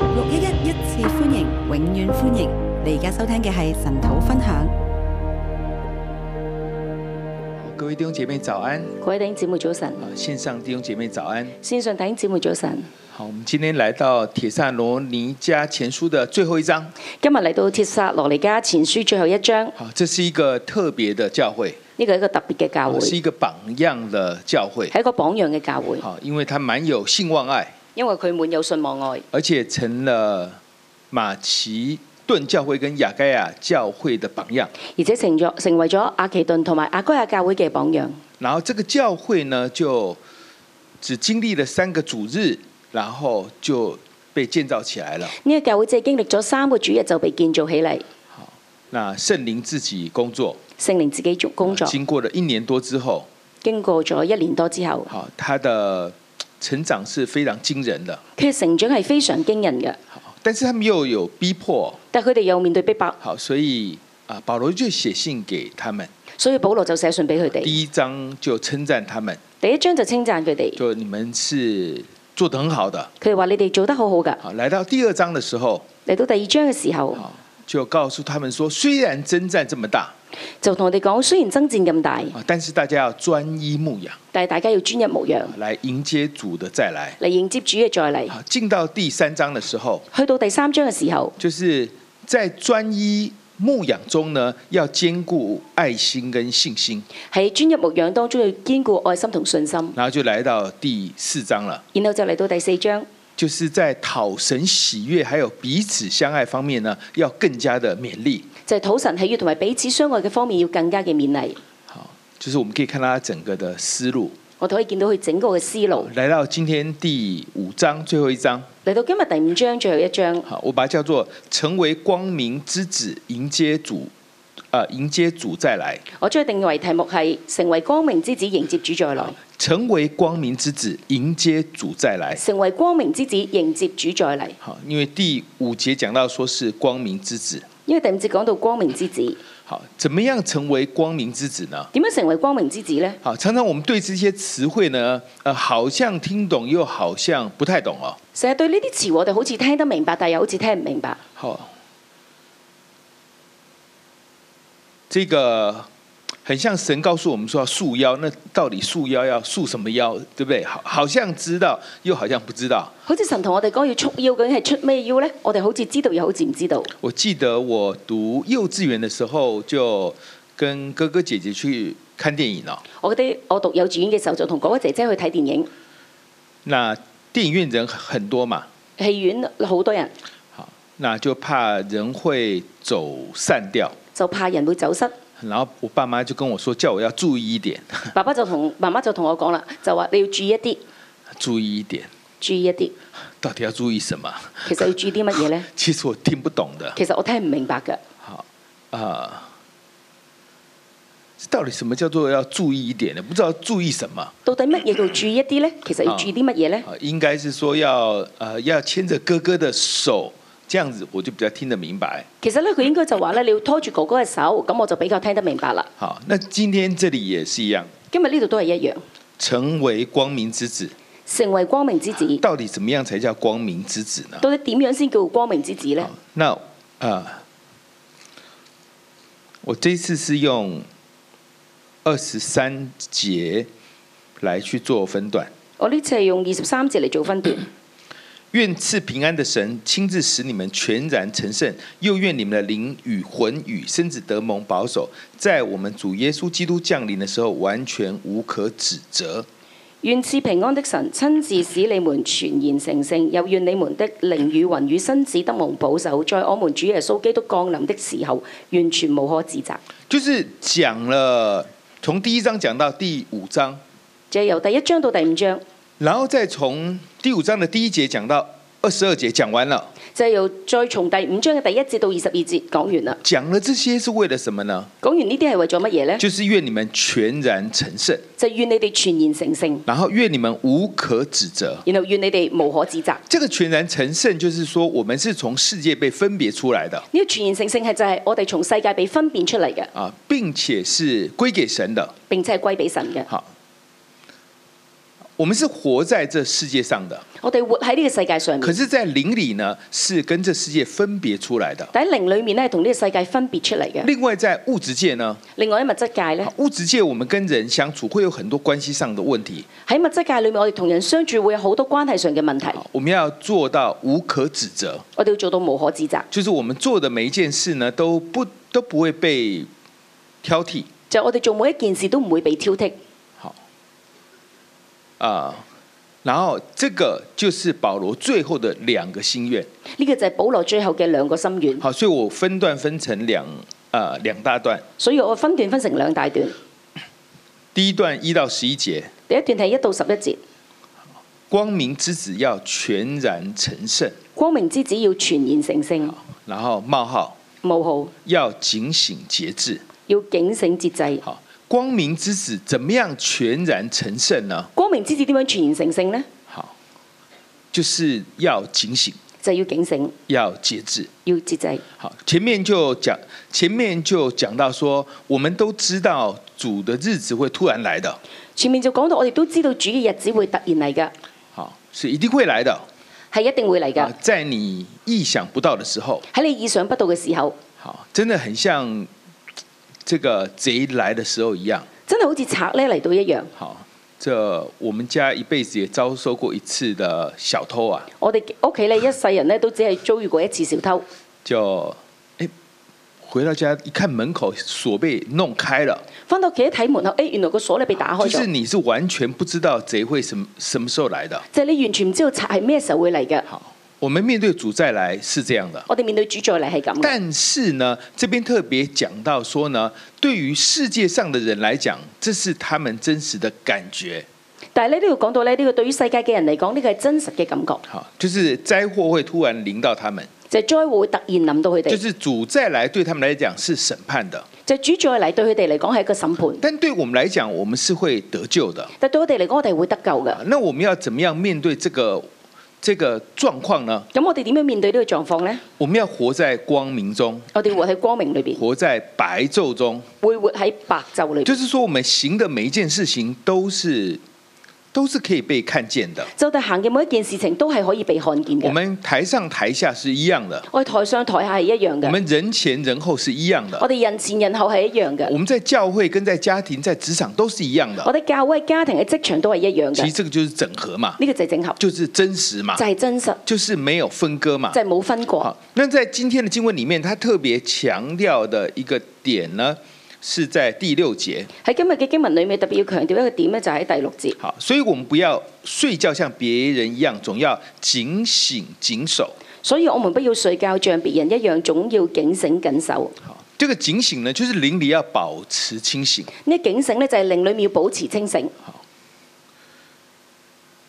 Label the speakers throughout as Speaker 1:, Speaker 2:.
Speaker 1: 六一一一次歡迎，永遠歡迎！你而家收聽嘅係神土分享。
Speaker 2: 各位弟兄姐妹早安，
Speaker 3: 各位弟兄姊妹早晨，
Speaker 2: 啊，線上弟兄姐妹早安。
Speaker 3: 線上弟兄姊妹早晨。
Speaker 2: 好，我們今天來到《帖撒羅尼迦前書》的最後一章。
Speaker 3: 今日嚟到帖撒羅尼迦前書最後一章，
Speaker 2: 好，這是一個特別的教會，
Speaker 3: 呢個係一個特別嘅教會，
Speaker 2: 是一個榜樣的教會。
Speaker 3: 係一個榜樣嘅教會，
Speaker 2: 好，因為它滿有信望愛，
Speaker 3: 因為佢滿有信望愛，
Speaker 2: 而且成了馬其頓教會跟亞該亞教會的榜樣。
Speaker 3: 而且成咗成為咗亞其頓同埋亞該亞教會嘅榜樣。
Speaker 2: 然後這個教會呢，就只經歷了三個主日，然後就被建造起來了。
Speaker 3: 呢、個教會只係經歷咗三個主日就被建造起嚟，
Speaker 2: 那聖靈自己工作，
Speaker 3: 聖靈自己做工作。
Speaker 2: 經過了一年多之後。
Speaker 3: 經過咗一年多之後，
Speaker 2: 好，他的嘖成長是非常驚人的，
Speaker 3: 佢嘅成長係非常驚人嘅，
Speaker 2: 好，但是他們又有逼迫，
Speaker 3: 但係佢哋又面對逼迫，
Speaker 2: 好，所以啊，保羅就寫信給他們，
Speaker 3: 所以保羅就寫信俾佢哋。
Speaker 2: 第一章就稱讚他們，
Speaker 3: 第一章就稱讚佢哋，
Speaker 2: 就你們是做得很好的，
Speaker 3: 佢哋話你哋做得好好㗎。
Speaker 2: 好，來到第二章的時候，
Speaker 3: 嚟到第二章嘅時候，
Speaker 2: 好，就告訴他們說，雖然征戰這麼大
Speaker 3: 就同我哋講，雖然爭戰咁大，
Speaker 2: 啊，但是大家要專一牧養，
Speaker 3: 但係大家要專一牧養，
Speaker 2: 來迎接主的再來。
Speaker 3: 嚟迎接主嘅再嚟。
Speaker 2: 好，進到第三章的時候，
Speaker 3: 去到第三章嘅時候，
Speaker 2: 就是在專一牧養中呢，要兼顧愛心跟信心。
Speaker 3: 喺專一牧養當中要兼顧愛心同信心，
Speaker 2: 然後就來到第四章了，
Speaker 3: 然後就嚟到第四章，
Speaker 2: 就是在讨神喜悦还有彼此相愛方面呢，要更加的勉勵。
Speaker 3: 就係、討神喜悅同埋彼此相愛嘅方面要更加嘅勉勵。
Speaker 2: 好，就是我們可以看到他整個的思路。
Speaker 3: 我哋可以見到佢整個嘅思路。
Speaker 2: 來到今天第五章最後一章，
Speaker 3: 嚟到今日第五章最後一章，
Speaker 2: 好，我把它叫做成為光明之子，迎接主，呃，迎接主再來。
Speaker 3: 我將佢定為題目係成為光明之子迎接主再來，
Speaker 2: 成為光明之子，迎接主再來。
Speaker 3: 成為光明之子迎接主再嚟。
Speaker 2: 好，因為第五節講到說是光明之子。
Speaker 3: 因為第五節講到光明之子，
Speaker 2: 好，怎麼樣成為光明之子呢？
Speaker 3: 點樣成為光明之子呢？
Speaker 2: 好，常常我们对这些词汇呢，呃，好像听懂又好像不太懂哦。
Speaker 3: 成日對呢啲詞我哋好似聽得明白，但又好似聽唔明白。
Speaker 2: 好，这个很像神告诉我们说要束腰，那到底束腰要束什么腰，对不对？好，好像知道又好像不知道。
Speaker 3: 好似神同我哋講要束腰，究竟係出咩腰呢？我哋好似知道又好似唔知道。
Speaker 2: 我记得我读幼稚园的时候，就跟哥哥姐姐去看电影哦。
Speaker 3: 我哋我讀幼稚園嘅時候就同哥哥姐姐去睇電影，
Speaker 2: 那电影院人很多嘛，
Speaker 3: 戲院好多人，
Speaker 2: 好，那就怕人会走散掉。
Speaker 3: 就怕人會走失。
Speaker 2: 然后我爸妈就跟我说，叫我要注意一点，
Speaker 3: 爸爸就同媽媽就同我講啦，就話你要注意一啲，
Speaker 2: 注意一点，
Speaker 3: 注意一啲。
Speaker 2: 到底要注意什么？
Speaker 3: 其實要注意啲乜嘢呢？
Speaker 2: 其实我听不懂的。
Speaker 3: 其實我聽唔明白嘅。
Speaker 2: 好，啊、到底什么叫做要注意一点呢？不知道注意什么
Speaker 3: 到底乜嘢叫注意一啲呢？其實要注意啲乜嘢呢？
Speaker 2: 啊？应该是说要呃要牵着哥哥的手，这样子我就比较听得明白。
Speaker 3: 其實呢，佢應該就話咧，你要拖住哥哥嘅手，咁我就比較聽得明白啦。
Speaker 2: 好，那今天这里也是一样，
Speaker 3: 今日呢度都係一樣，
Speaker 2: 成为光明之子，
Speaker 3: 成為光明之子，
Speaker 2: 到底怎么样才叫光明之子呢？
Speaker 3: 到底點樣先叫光明之子呢？
Speaker 2: 那呃，我这一次是用二十三节来去做分段。
Speaker 3: 我呢次係用二十三節嚟做分段。
Speaker 2: 愿赐平安的神亲自使你们全然成圣，又愿你们的灵与魂与身子得蒙保守，在我们主耶稣基督降临的时候完全无可指责。
Speaker 3: 願賜平安的神親自使你們全然成聖，又願你們的靈與魂與身子得蒙保守，在我們主耶穌基督降臨的時候，完全無可指責。
Speaker 2: 就是讲了从第一章讲到第五章，
Speaker 3: 就係由第一章到第五章，
Speaker 2: 然后再从第五章的第一节讲到二十二节，讲完了。
Speaker 3: 就係由再從第五章嘅第一節到二十二節講完啦。
Speaker 2: 讲了这些是为了什么呢？
Speaker 3: 講完呢啲係為咗乜嘢呢？
Speaker 2: 就是愿你们全然成圣，
Speaker 3: 就願你哋全然成聖，
Speaker 2: 然后愿你们无可指责。
Speaker 3: 然後願你哋無可指責。
Speaker 2: 这个全然成圣，就是说我们是从世界被分别出来的
Speaker 3: 呢、個全然成聖係就係我哋從世界被分辨出嚟嘅，
Speaker 2: 啊，并且是归给神的。
Speaker 3: 並且係歸俾神嘅。
Speaker 2: 好，我们是活在这世界上的，
Speaker 3: 我哋活喺呢個世界上面
Speaker 2: 可，是，在灵里呢，是跟这世界分别出来的。
Speaker 3: 但喺靈裏面咧，係同呢個世界分別出嚟嘅。
Speaker 2: 另外，在物质界呢，
Speaker 3: 另外喺物質界咧
Speaker 2: 好，物质界我们跟人相處會有很多關係上的問題，
Speaker 3: 喺物質界裏面，我哋同人相處會有好多關係上嘅問題，
Speaker 2: 我们要做到無可指責，
Speaker 3: 我哋要做到無可指責，
Speaker 2: 就是我們做的每一件事呢，都不都不會被挑剔
Speaker 3: 就係我哋做每一件事都唔會被挑剔。
Speaker 2: 啊、然後這個就是保羅最後的兩個心願。
Speaker 3: 呢、個就係保羅最後嘅兩個心願，
Speaker 2: 好，所以我分段分成兩呃兩大段，
Speaker 3: 所以我分段分成兩大段。
Speaker 2: 第一段一到十一節，
Speaker 3: 第一段係一到十一節，
Speaker 2: 光明之子要全然成聖，
Speaker 3: 光明之子要全然成聖，
Speaker 2: 然後冒號
Speaker 3: 無號，
Speaker 2: 要警醒節制。
Speaker 3: 要警醒節制。
Speaker 2: 好，光明之子怎麼樣全然成聖呢？
Speaker 3: 光明之子點樣全然成聖呢？
Speaker 2: 好，就是要警醒，
Speaker 3: 就係要警醒，
Speaker 2: 要節制。
Speaker 3: 要節制。
Speaker 2: 好，前面就講，前面就講到說，我們都知道主的日子會突然來的，
Speaker 3: 前面就講到，我哋都知道主嘅日子會突然嚟㗎，
Speaker 2: 好，是一定會來的，
Speaker 3: 係一定會嚟
Speaker 2: 啊
Speaker 3: 㗎。，
Speaker 2: 在你意想不到的時候，
Speaker 3: 喺你意想不到嘅時候，
Speaker 2: 好，真的很像這個賊來的時候一樣。
Speaker 3: 真係好似賊咧嚟到一樣。
Speaker 2: 好，這我們家一輩子也遭受過一次的小偷啊，
Speaker 3: 我哋屋企咧一世人咧都只係遭遇過一次小偷，
Speaker 2: 就哎、回到家一看門口鎖被弄開了，
Speaker 3: 翻到屋企一睇門口，誒、哎原來個鎖咧被打開
Speaker 2: 就是
Speaker 3: 咗，
Speaker 2: 你是完全不知道賊會什麼什麼時候來的。
Speaker 3: 就係你完全唔知道賊係咩時候會嚟嘅。
Speaker 2: 好，我们面對主再來是這樣的。
Speaker 3: 我哋面對主再嚟係咁嘅，
Speaker 2: 但是呢，这邊特別講到說呢，對於世界上的人來講，這是他們真實的感覺。
Speaker 3: 但係咧呢度講到咧呢、呢個對於世界嘅人嚟講，呢、個係真實嘅感覺，
Speaker 2: 好，就是災禍會突然臨到他們，
Speaker 3: 就係、災禍會突然臨到佢
Speaker 2: 就
Speaker 3: 哋，
Speaker 2: 是主再來對他們來講是審判的，
Speaker 3: 就係主再嚟對佢哋嚟講係一個審判，
Speaker 2: 但對我們來講，我們是會得救的。啊
Speaker 3: 但對我哋嚟講，我哋係會得救嘅。
Speaker 2: 那我們要怎麼樣面對這個這個狀況呢？
Speaker 3: 咁我哋點樣面對呢個狀況呢？
Speaker 2: 我們要活在光明中，
Speaker 3: 我哋活喺光明裏邊，
Speaker 2: 活在白晝中，
Speaker 3: 會活喺白晝裏邊，
Speaker 2: 就是說我們行的每一件事情都是都是可以被看見的。
Speaker 3: 就地行嘅每一件事情都係可以被看見
Speaker 2: 我
Speaker 3: 嘅。
Speaker 2: 們台上台下是一樣的，
Speaker 3: 我哋台上台下係一樣
Speaker 2: 我
Speaker 3: 嘅，
Speaker 2: 們人前人後是一樣的
Speaker 3: 我，哋人前人後係一樣嘅
Speaker 2: 我。們在教會跟在家庭、在職場都是一樣
Speaker 3: 我
Speaker 2: 的。
Speaker 3: 哋教會、家庭嘅職場都係一樣
Speaker 2: 其
Speaker 3: 嘅，
Speaker 2: 實這個就是整合嘛，
Speaker 3: 呢個就係整合，
Speaker 2: 就是真實嘛
Speaker 3: 就，係真實，
Speaker 2: 就是沒有分割嘛
Speaker 3: 就。係冇分割。
Speaker 2: 好，那在今天的經文裡面，他特別強調的一個點呢，是在第六節。
Speaker 3: 喺今日嘅經文裏面，特別要強調一個點咧，就喺第六節。
Speaker 2: 好，所以我們不要睡覺像別人一樣，總要警醒警守。
Speaker 3: 所以我們不要睡覺，像別人一樣，總要警醒緊守。
Speaker 2: 好，這個警醒呢，就是靈裡要保持清醒。
Speaker 3: 呢警醒咧就係令裏面要保持清醒，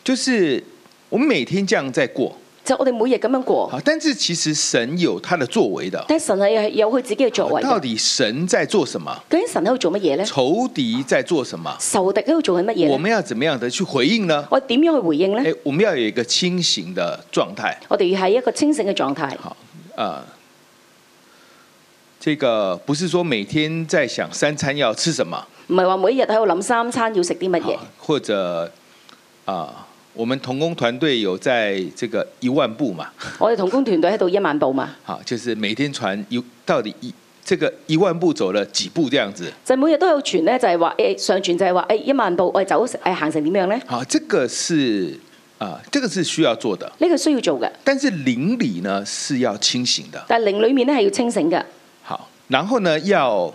Speaker 2: 就是我們每天這樣在過，
Speaker 3: 就我哋每日咁樣過。
Speaker 2: 好，但是其實神有他的作為的，
Speaker 3: 但係神係有佢自己嘅作為
Speaker 2: 到
Speaker 3: 嘅。
Speaker 2: 底神在做什麼，
Speaker 3: 究竟神喺度做乜嘢呢？
Speaker 2: 仇敵在做什麼，
Speaker 3: 仇敵喺度做緊乜
Speaker 2: 我
Speaker 3: 嘢呢？
Speaker 2: 們要怎麼樣的去回應呢？
Speaker 3: 我點樣去回應呢？
Speaker 2: 哎，我們要有一個清醒的狀態，
Speaker 3: 我哋要喺一個清醒嘅狀態，
Speaker 2: 好，呃，這個不是說每天在想三餐要吃什麼，
Speaker 3: 唔係話每一日喺度諗三餐要食啲乜嘢
Speaker 2: 好。或者啊、我們童工團隊有在這個一萬步嘛，
Speaker 3: 我哋同工團隊喺度一萬步嘛，
Speaker 2: 好，就是每天傳一到底一這個一萬步走了幾步這樣子。
Speaker 3: 就每日都有傳咧，就係話誒上傳就係話誒一萬步，我哋走誒行成點樣呢？
Speaker 2: 好，這個是啊、這個是需要做的，
Speaker 3: 呢個需要做嘅，
Speaker 2: 但是靈里呢是要清醒的。
Speaker 3: 但係靈裡面咧係要清醒嘅，
Speaker 2: 好，然後呢要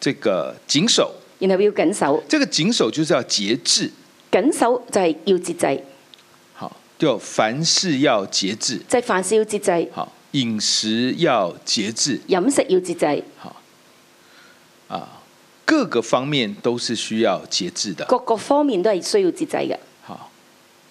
Speaker 2: 这個謹守，
Speaker 3: 然後要緊守，
Speaker 2: 這個謹守就是要節制。
Speaker 3: 緊守就係要節制，
Speaker 2: 好，就凡事要節制。
Speaker 3: 就係、凡事要節制，
Speaker 2: 好，飲食要節制。
Speaker 3: 飲食要節制，
Speaker 2: 好，啊，各個方面都是需要節制的。
Speaker 3: 各個方面都係需要節制嘅。
Speaker 2: 好，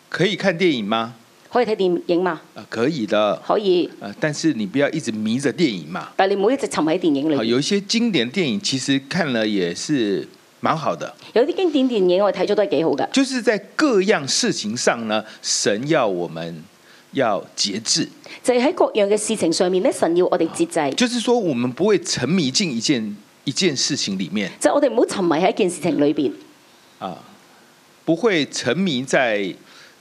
Speaker 2: 可以看電影嗎？
Speaker 3: 可以睇電影嘛？
Speaker 2: 呃，可以的。
Speaker 3: 可以，
Speaker 2: 呃，但是你不要一直迷着電影嘛。
Speaker 3: 但係你唔好一直沉喺電影裏
Speaker 2: 好，
Speaker 3: 面。
Speaker 2: 有一些經典電影其實看了也是蠻好的，
Speaker 3: 有啲經典電影我哋睇咗都係幾好嘅，
Speaker 2: 就是在各樣事情上呢，神要我們要節制，
Speaker 3: 就係、喺各樣嘅事情上面咧，神要我哋節制，
Speaker 2: 就是說我們不會沉迷進一件一件事情裡面
Speaker 3: 就係我哋唔好沉迷喺一件事情裏邊。
Speaker 2: 啊。不会沉迷在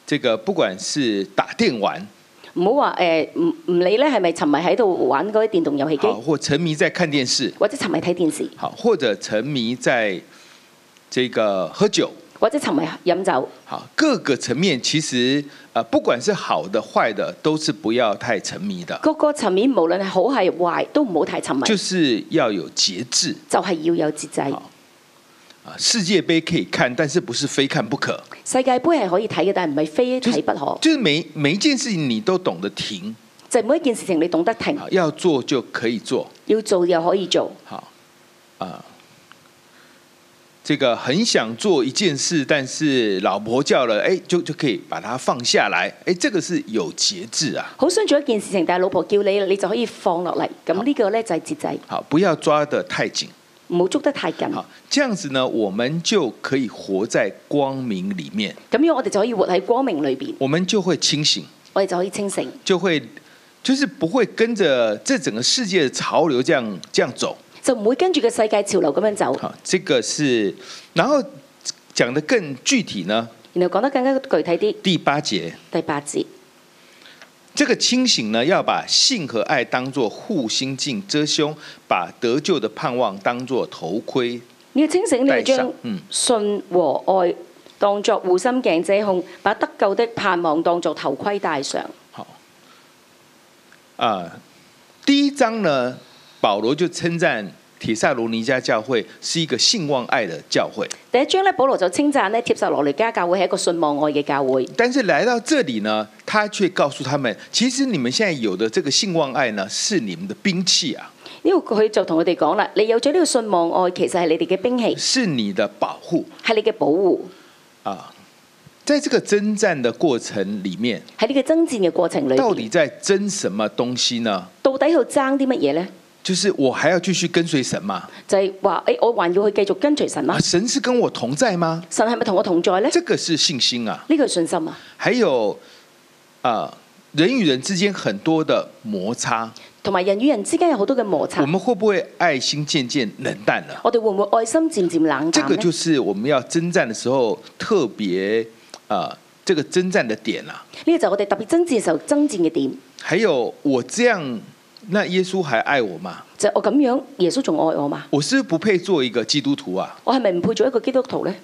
Speaker 2: 这个不管是打电玩
Speaker 3: 唔好話誒，唔唔理咧係咪沉迷喺度玩嗰啲電動遊戲機，
Speaker 2: 好，或沉迷在看电视
Speaker 3: 或者沉迷睇電視，
Speaker 2: 好，或者沉迷在这个喝酒
Speaker 3: 或者沉迷飲酒。
Speaker 2: 好，各个层面其实呃，不管是好的坏的，都是不要太沉迷的，
Speaker 3: 各個層面無論係好係壞，都唔好太沉迷，就
Speaker 2: 就是要有节制
Speaker 3: 係要有節制。
Speaker 2: 好啊。世界杯可以看，但是不是非看不可，
Speaker 3: 世界盃係可以睇嘅，但係唔係非
Speaker 2: 就是
Speaker 3: 睇不可，
Speaker 2: 就是每每一件事情你都懂得停，
Speaker 3: 就係每一件事情你懂得停，
Speaker 2: 好要做就可以做，
Speaker 3: 要做又可以做。
Speaker 2: 好啊、这个很想做一件事，但是老婆叫了，哎，就就可以把它放下来，哎，这个是有节制啊。
Speaker 3: 好想做一件事情，但係老婆叫你，你就可以放落嚟。
Speaker 2: 啊
Speaker 3: 咁呢個呢，就係節制，
Speaker 2: 好，不要抓得太紧。
Speaker 3: 唔好捉得太緊。
Speaker 2: 好，这样子呢，我们就可以活在光明里面，
Speaker 3: 咁樣我哋就可以活喺光明裏邊，
Speaker 2: 我们就会清醒，
Speaker 3: 我哋就可以清醒，
Speaker 2: 就会就是不会跟着这整个世界的潮流这样这样走。
Speaker 3: 就唔會跟住個世界潮流咁樣走。
Speaker 2: 好，这个是，然后讲的更具体呢，
Speaker 3: 然後講得更加具體啲，
Speaker 2: 第八节。
Speaker 3: 第八節。
Speaker 2: 这个清醒呢，要把性和爱当作护心镜遮胸，把得救的盼望当作头盔。
Speaker 3: 你要清醒，你要將
Speaker 2: 嗯
Speaker 3: 信和愛當作護心鏡遮控，把得救的盼望當作頭盔戴上。
Speaker 2: 好，啊、第一章呢，保罗就称赞铁萨罗尼迦教会是一个信望爱的教会，
Speaker 3: 第一章咧，保羅就稱讚咧帖撒羅尼加教會係一個信望愛嘅教會，
Speaker 2: 但是来到这里呢，他却告诉他们，其实你们现在有的这个信望爱呢，是你们的兵器啊，
Speaker 3: 呢個佢就同佢哋講啦：，你有咗呢個信望愛，其實係你哋嘅兵器，
Speaker 2: 是你的保护
Speaker 3: 係你嘅保護。
Speaker 2: 啊。在这个征战的过程里面，
Speaker 3: 喺呢個爭戰嘅過程裏
Speaker 2: 到
Speaker 3: 邊，
Speaker 2: 底在争什么东西呢？
Speaker 3: 到底佢爭啲乜嘢呢？
Speaker 2: 就是我还要继续跟隨神吗？
Speaker 3: 就係話：，誒，我還要去繼續跟隨神嗎
Speaker 2: 啊，？神是跟我同在吗？
Speaker 3: 神係咪同我同在呢？
Speaker 2: 这个是信心啊。
Speaker 3: 呢個係信心啊，
Speaker 2: 还有啊、人与人之间很多的摩擦，
Speaker 3: 同埋人與人之間有好多嘅摩擦
Speaker 2: 我，们会不会爱心渐渐冷淡了？
Speaker 3: 我哋會唔會愛心漸漸冷
Speaker 2: 这
Speaker 3: 淡
Speaker 2: 个
Speaker 3: 呢？
Speaker 2: 就是我们要征战的时候特别啊、这个征战的点啊。
Speaker 3: 呢個就係我哋特別爭戰時候爭戰嘅點，
Speaker 2: 还有我这样，那耶稣还爱我吗？
Speaker 3: 就係我哦咁樣，耶穌仲愛我嘛？
Speaker 2: 我是不是不配做一个基督徒啊？
Speaker 3: 我係咪唔配做一個基督徒呢？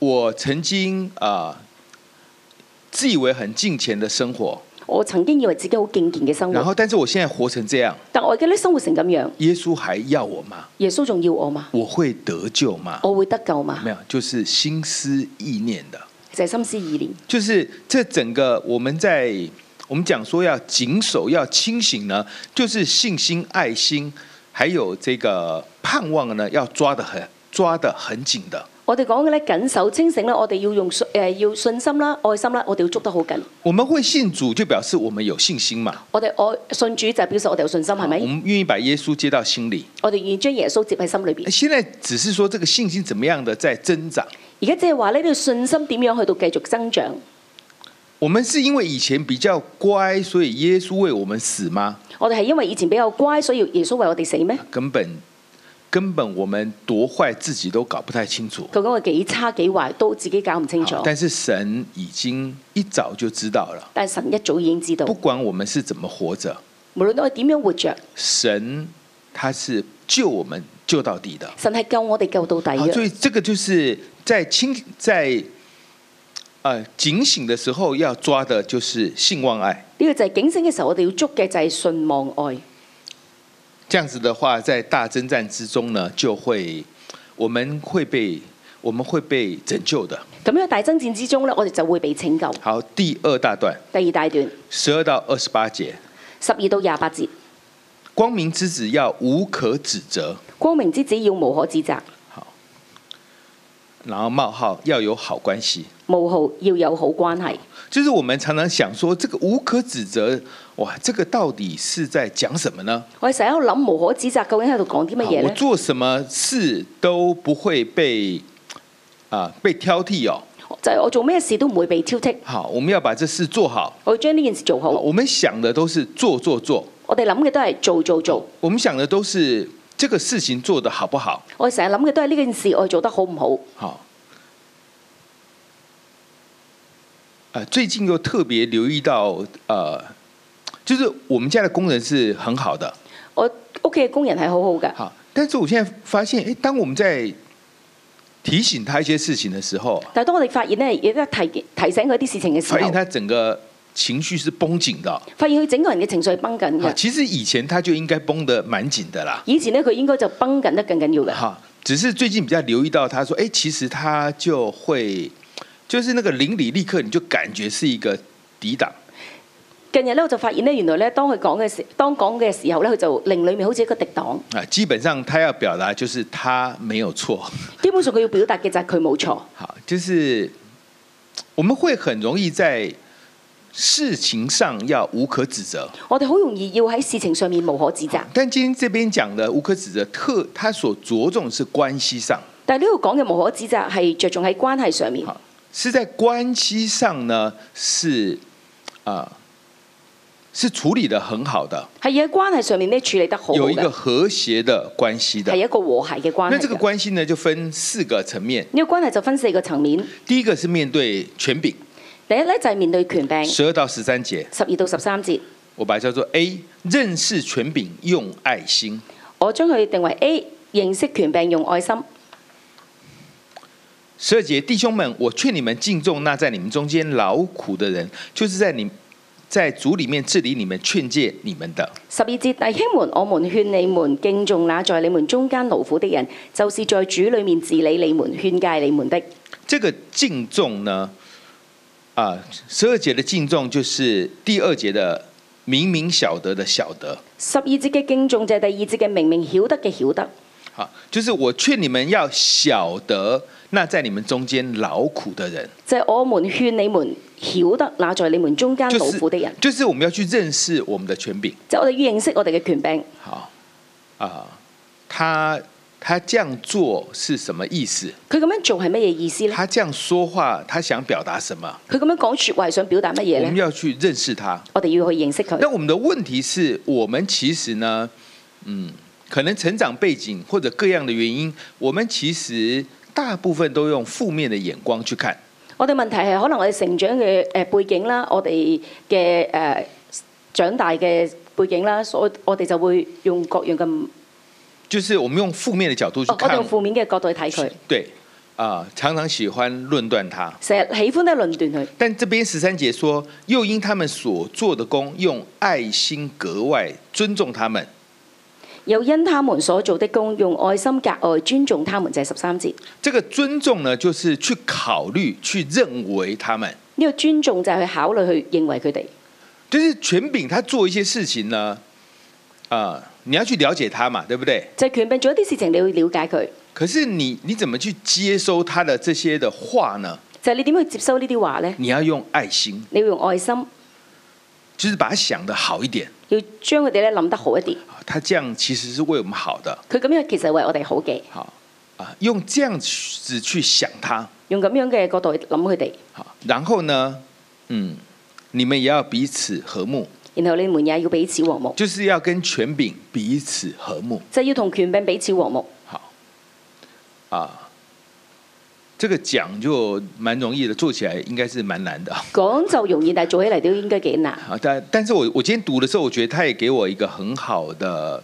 Speaker 2: 我曾经啊、自以为很敬虔的生活，
Speaker 3: 我曾經以為自己好敬虔嘅生
Speaker 2: 然
Speaker 3: 活，
Speaker 2: 后但是我現在活成这样，
Speaker 3: 但我而家咧生活成咁樣，
Speaker 2: 耶稣还要我吗？
Speaker 3: 耶穌仲要我嘛？
Speaker 2: 我会得救吗？
Speaker 3: 我會得救嘛
Speaker 2: 没？有，就是心思意念的，
Speaker 3: 就係心思意念。
Speaker 2: 就是这整个我们在我们讲说要谨守、要清醒呢，就是信心、爱心，还有这个盼望呢，要抓得很抓得很紧的。
Speaker 3: 我哋講嘅咧緊守清醒咧，我哋要用信誒、呃要信心啦、愛心啦，我哋要捉得好緊。
Speaker 2: 我们会信主，就表示我们有信心嘛，
Speaker 3: 我哋愛信主就表示我哋有信心，係
Speaker 2: 我
Speaker 3: 咪？
Speaker 2: 们愿意把耶穌接到心里。哎
Speaker 3: 我哋願意將耶穌接喺心裏邊。
Speaker 2: 现在只是说这个信心怎么样的在增长。
Speaker 3: 而家即係話呢，呢個信心點樣去到繼續增長？
Speaker 2: 我们是因为以前比较乖，所以耶穌为我们死吗？
Speaker 3: 我哋係因為以前比較乖，所以耶穌為我哋死咩？
Speaker 2: 根本根本我们多坏自己都搞不太清楚。
Speaker 3: 究竟我幾差幾壞都自己搞唔清楚
Speaker 2: 好。但是神已经一早就知道了，
Speaker 3: 但係神一早已經知道
Speaker 2: 不，管我们是怎么活着，
Speaker 3: 無論我哋點樣活着，
Speaker 2: 神他是救我们救到底的。
Speaker 3: 神係救我哋救到底
Speaker 2: 好，所
Speaker 3: 嘅。
Speaker 2: 以这个就是在清在呃警醒的时候要抓的就是性望爱。
Speaker 3: 呢個就係警醒嘅時候，我哋要捉嘅就係信望愛。
Speaker 2: 这样子的话，在大征战之中呢，就会我们会被我们会被拯救的。
Speaker 3: 咁樣大爭戰之中呢，我哋就會被拯救。
Speaker 2: 好，第二大段
Speaker 3: 第二大段
Speaker 2: 十二到二十八节，
Speaker 3: 十二到廿八節，
Speaker 2: 光明之子要无可指责，
Speaker 3: 光明之子要無可指責，
Speaker 2: 然后冒号要有好关系。
Speaker 3: 無號要有好關係。
Speaker 2: 就是我们常常想说，这个无可指责，哇，这个到底是在讲什么呢？
Speaker 3: 我哋成日喺度諗無可指責，究竟喺度講啲乜
Speaker 2: 好
Speaker 3: 嘢
Speaker 2: 我
Speaker 3: 呢？
Speaker 2: 做什么事都不会被啊、被挑剔哦。
Speaker 3: 就係我做咩事都唔會被挑剔，
Speaker 2: 好，我们要把这事做好。
Speaker 3: 我要將呢件事做
Speaker 2: 好，
Speaker 3: 好。
Speaker 2: 我们想的都是做做做，
Speaker 3: 我哋諗嘅都係做做做，
Speaker 2: 我们想的都是这个事情做得好不好？
Speaker 3: 我成日諗嘅都係呢件事，我做得好唔好？
Speaker 2: 好。呃，最近又特别留意到，呃，就是我们家的工人是很好的，
Speaker 3: 我屋企嘅工人係好好㗎，
Speaker 2: 好，但是我现在发现，诶，当我们在提醒他一些事情的时候，
Speaker 3: 但係當我哋發現呢，亦都提提醒佢啲事情嘅時
Speaker 2: 发
Speaker 3: 候
Speaker 2: 现，他整个情绪是绷紧的。
Speaker 3: 發現佢整個人嘅情緒係崩緊
Speaker 2: 好，
Speaker 3: 嘅。
Speaker 2: 其实以前他就应该绷得蛮紧的啦。
Speaker 3: 以前呢，佢應該就崩緊得更緊要嘅。
Speaker 2: 哈，只是最近比较留意到，他说，哎，其实他就会，就是那个邻里立刻你就感觉是一个抵挡。
Speaker 3: 近日咧，我就發現咧，原來咧，當佢講嘅時，當講嘅時候咧，佢就令裡面好似一個敵黨。
Speaker 2: 啊，基本上他要表达就是他没有错，
Speaker 3: 基本上佢要表達嘅就係佢冇錯。
Speaker 2: 好，就是我们会很容易在事情上要无可指责，
Speaker 3: 我哋好容易要喺事情上面無可指責，
Speaker 2: 但今天这边讲的无可指责特，他所着重是关系上，
Speaker 3: 但係呢度講嘅無可指責係着重喺關係上面，
Speaker 2: 好，是在关系上呢是啊、是处理的很好的，
Speaker 3: 係喺關係上面咧處理得好好
Speaker 2: 有一個
Speaker 3: 嘅，
Speaker 2: 和諧的關係的
Speaker 3: 係。一個和諧嘅關
Speaker 2: 那
Speaker 3: 係
Speaker 2: 這個
Speaker 3: 嘅。
Speaker 2: 關係呢，就分四個層面。
Speaker 3: 呢個關係就分四個層面，
Speaker 2: 第一個是面對權柄，
Speaker 3: 第一咧就係面對權柄，
Speaker 2: 十二到十三節，
Speaker 3: 十二到十三節，
Speaker 2: 我把它叫做 A，認識權柄用愛心。
Speaker 3: 我將佢定為 A 認識權柄用愛心。
Speaker 2: 十二節，弟兄們，我勸你們敬重那在你們中間勞苦的人，就是在你在主裡面治理你們、勸戒你們的。
Speaker 3: 十二節，弟兄們，我們勸你們敬重那在你們中間勞苦的人，就是在主裏面治理你們、勸戒你們的。
Speaker 2: 這個敬重呢，啊，十二節的敬重就是第二節的明明曉得的曉得。
Speaker 3: 十二節嘅敬重就係第二節嘅明明曉得嘅曉得，
Speaker 2: 好，啊就是我劝你们要晓得那在你们中间劳苦的人，
Speaker 3: 就係、我們勸你們曉得那在你們中間
Speaker 2: 就
Speaker 3: 勞苦的
Speaker 2: 是
Speaker 3: 人，
Speaker 2: 就是我们要去認識我们的權柄。
Speaker 3: 就係我哋要認識我哋嘅權柄。
Speaker 2: 好，啊、他他这样做是什么意思？
Speaker 3: 佢咁樣做係乜嘢意思呢？
Speaker 2: 他这样說話，他想表達什麼？
Speaker 3: 佢咁樣講説話係想表達乜
Speaker 2: 我
Speaker 3: 嘢
Speaker 2: 們
Speaker 3: 呢？
Speaker 2: 要去認識他。
Speaker 3: 我哋要去認識
Speaker 2: 那
Speaker 3: 佢。
Speaker 2: 我們的問題是我們其實呢，嗯，可能成長背景或者各樣的原因，我們其實大部分都用負面的眼光去看。
Speaker 3: 我哋問題係可能我哋成長嘅誒背景啦，我哋嘅誒長大嘅背景啦，所以我哋就會用各樣嘅。
Speaker 2: 就是我们用負面的角度去
Speaker 3: 哦我哋
Speaker 2: 看
Speaker 3: 用負面嘅角度去睇佢，
Speaker 2: 对，啊、常常喜歡論斷他。
Speaker 3: 成日喜歡咧論斷佢。
Speaker 2: 但这边十三节说，又因他们所做的工，用爱心格外尊重他们。
Speaker 3: 又因他們所做的工，用愛心格外尊重他們，就係十三節。
Speaker 2: 这个尊重呢，就是去考慮、去認為他们，
Speaker 3: 呢、個尊重就係去考慮去認為佢哋。
Speaker 2: 就是权柄他做一些事情呢，啊、你要去了解他嘛，对不对？
Speaker 3: 就係、權柄做一啲事情，你要了解佢。
Speaker 2: 可是你你怎么去接收他的这些的话呢？
Speaker 3: 就係、你點去接收呢啲話呢？
Speaker 2: 你要用爱心，
Speaker 3: 你要用愛心，
Speaker 2: 就是把它想得好一点
Speaker 3: 要將佢哋咧諗得好一啲。
Speaker 2: 啊，他这樣其實是为我們好的。
Speaker 3: 佢咁樣其實係為我哋好嘅，
Speaker 2: 好啊，用这样子去想他，
Speaker 3: 用咁樣嘅角度去諗佢哋。
Speaker 2: 好，然後呢，嗯，你們也要彼此和睦，
Speaker 3: 然後你們也要彼此和睦，
Speaker 2: 就是要跟權柄彼此和睦，
Speaker 3: 就係要同權柄彼此和睦。
Speaker 2: 好，啊，这個講就蠻容易的，做起來應該是蠻難的。
Speaker 3: 講就容易，但係做起嚟都應該幾難。
Speaker 2: 好，但但是我我今天讀的時候，我覺得他也給我一個很好的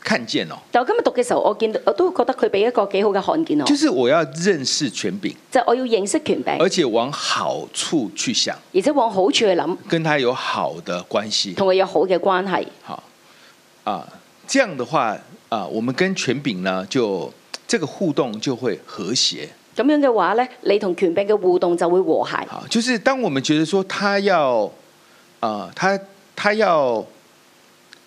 Speaker 2: 看見哦，
Speaker 3: 但我今日讀嘅時候，我見到我都覺得佢俾一個幾好嘅看見我，
Speaker 2: 就
Speaker 3: 就是
Speaker 2: 我要認識權柄，
Speaker 3: 係我要認識權柄。
Speaker 2: 而且往好處去想，
Speaker 3: 而且往好處去諗，
Speaker 2: 跟他有好的關係。
Speaker 3: 同佢有好嘅關係。
Speaker 2: 好，啊，这样的话啊，我们跟权柄呢，就这个互动就会和谐。
Speaker 3: 咁樣嘅話呢，你同權柄嘅互動就會和諧。
Speaker 2: 好，就是当我们觉得说他要啊，他他要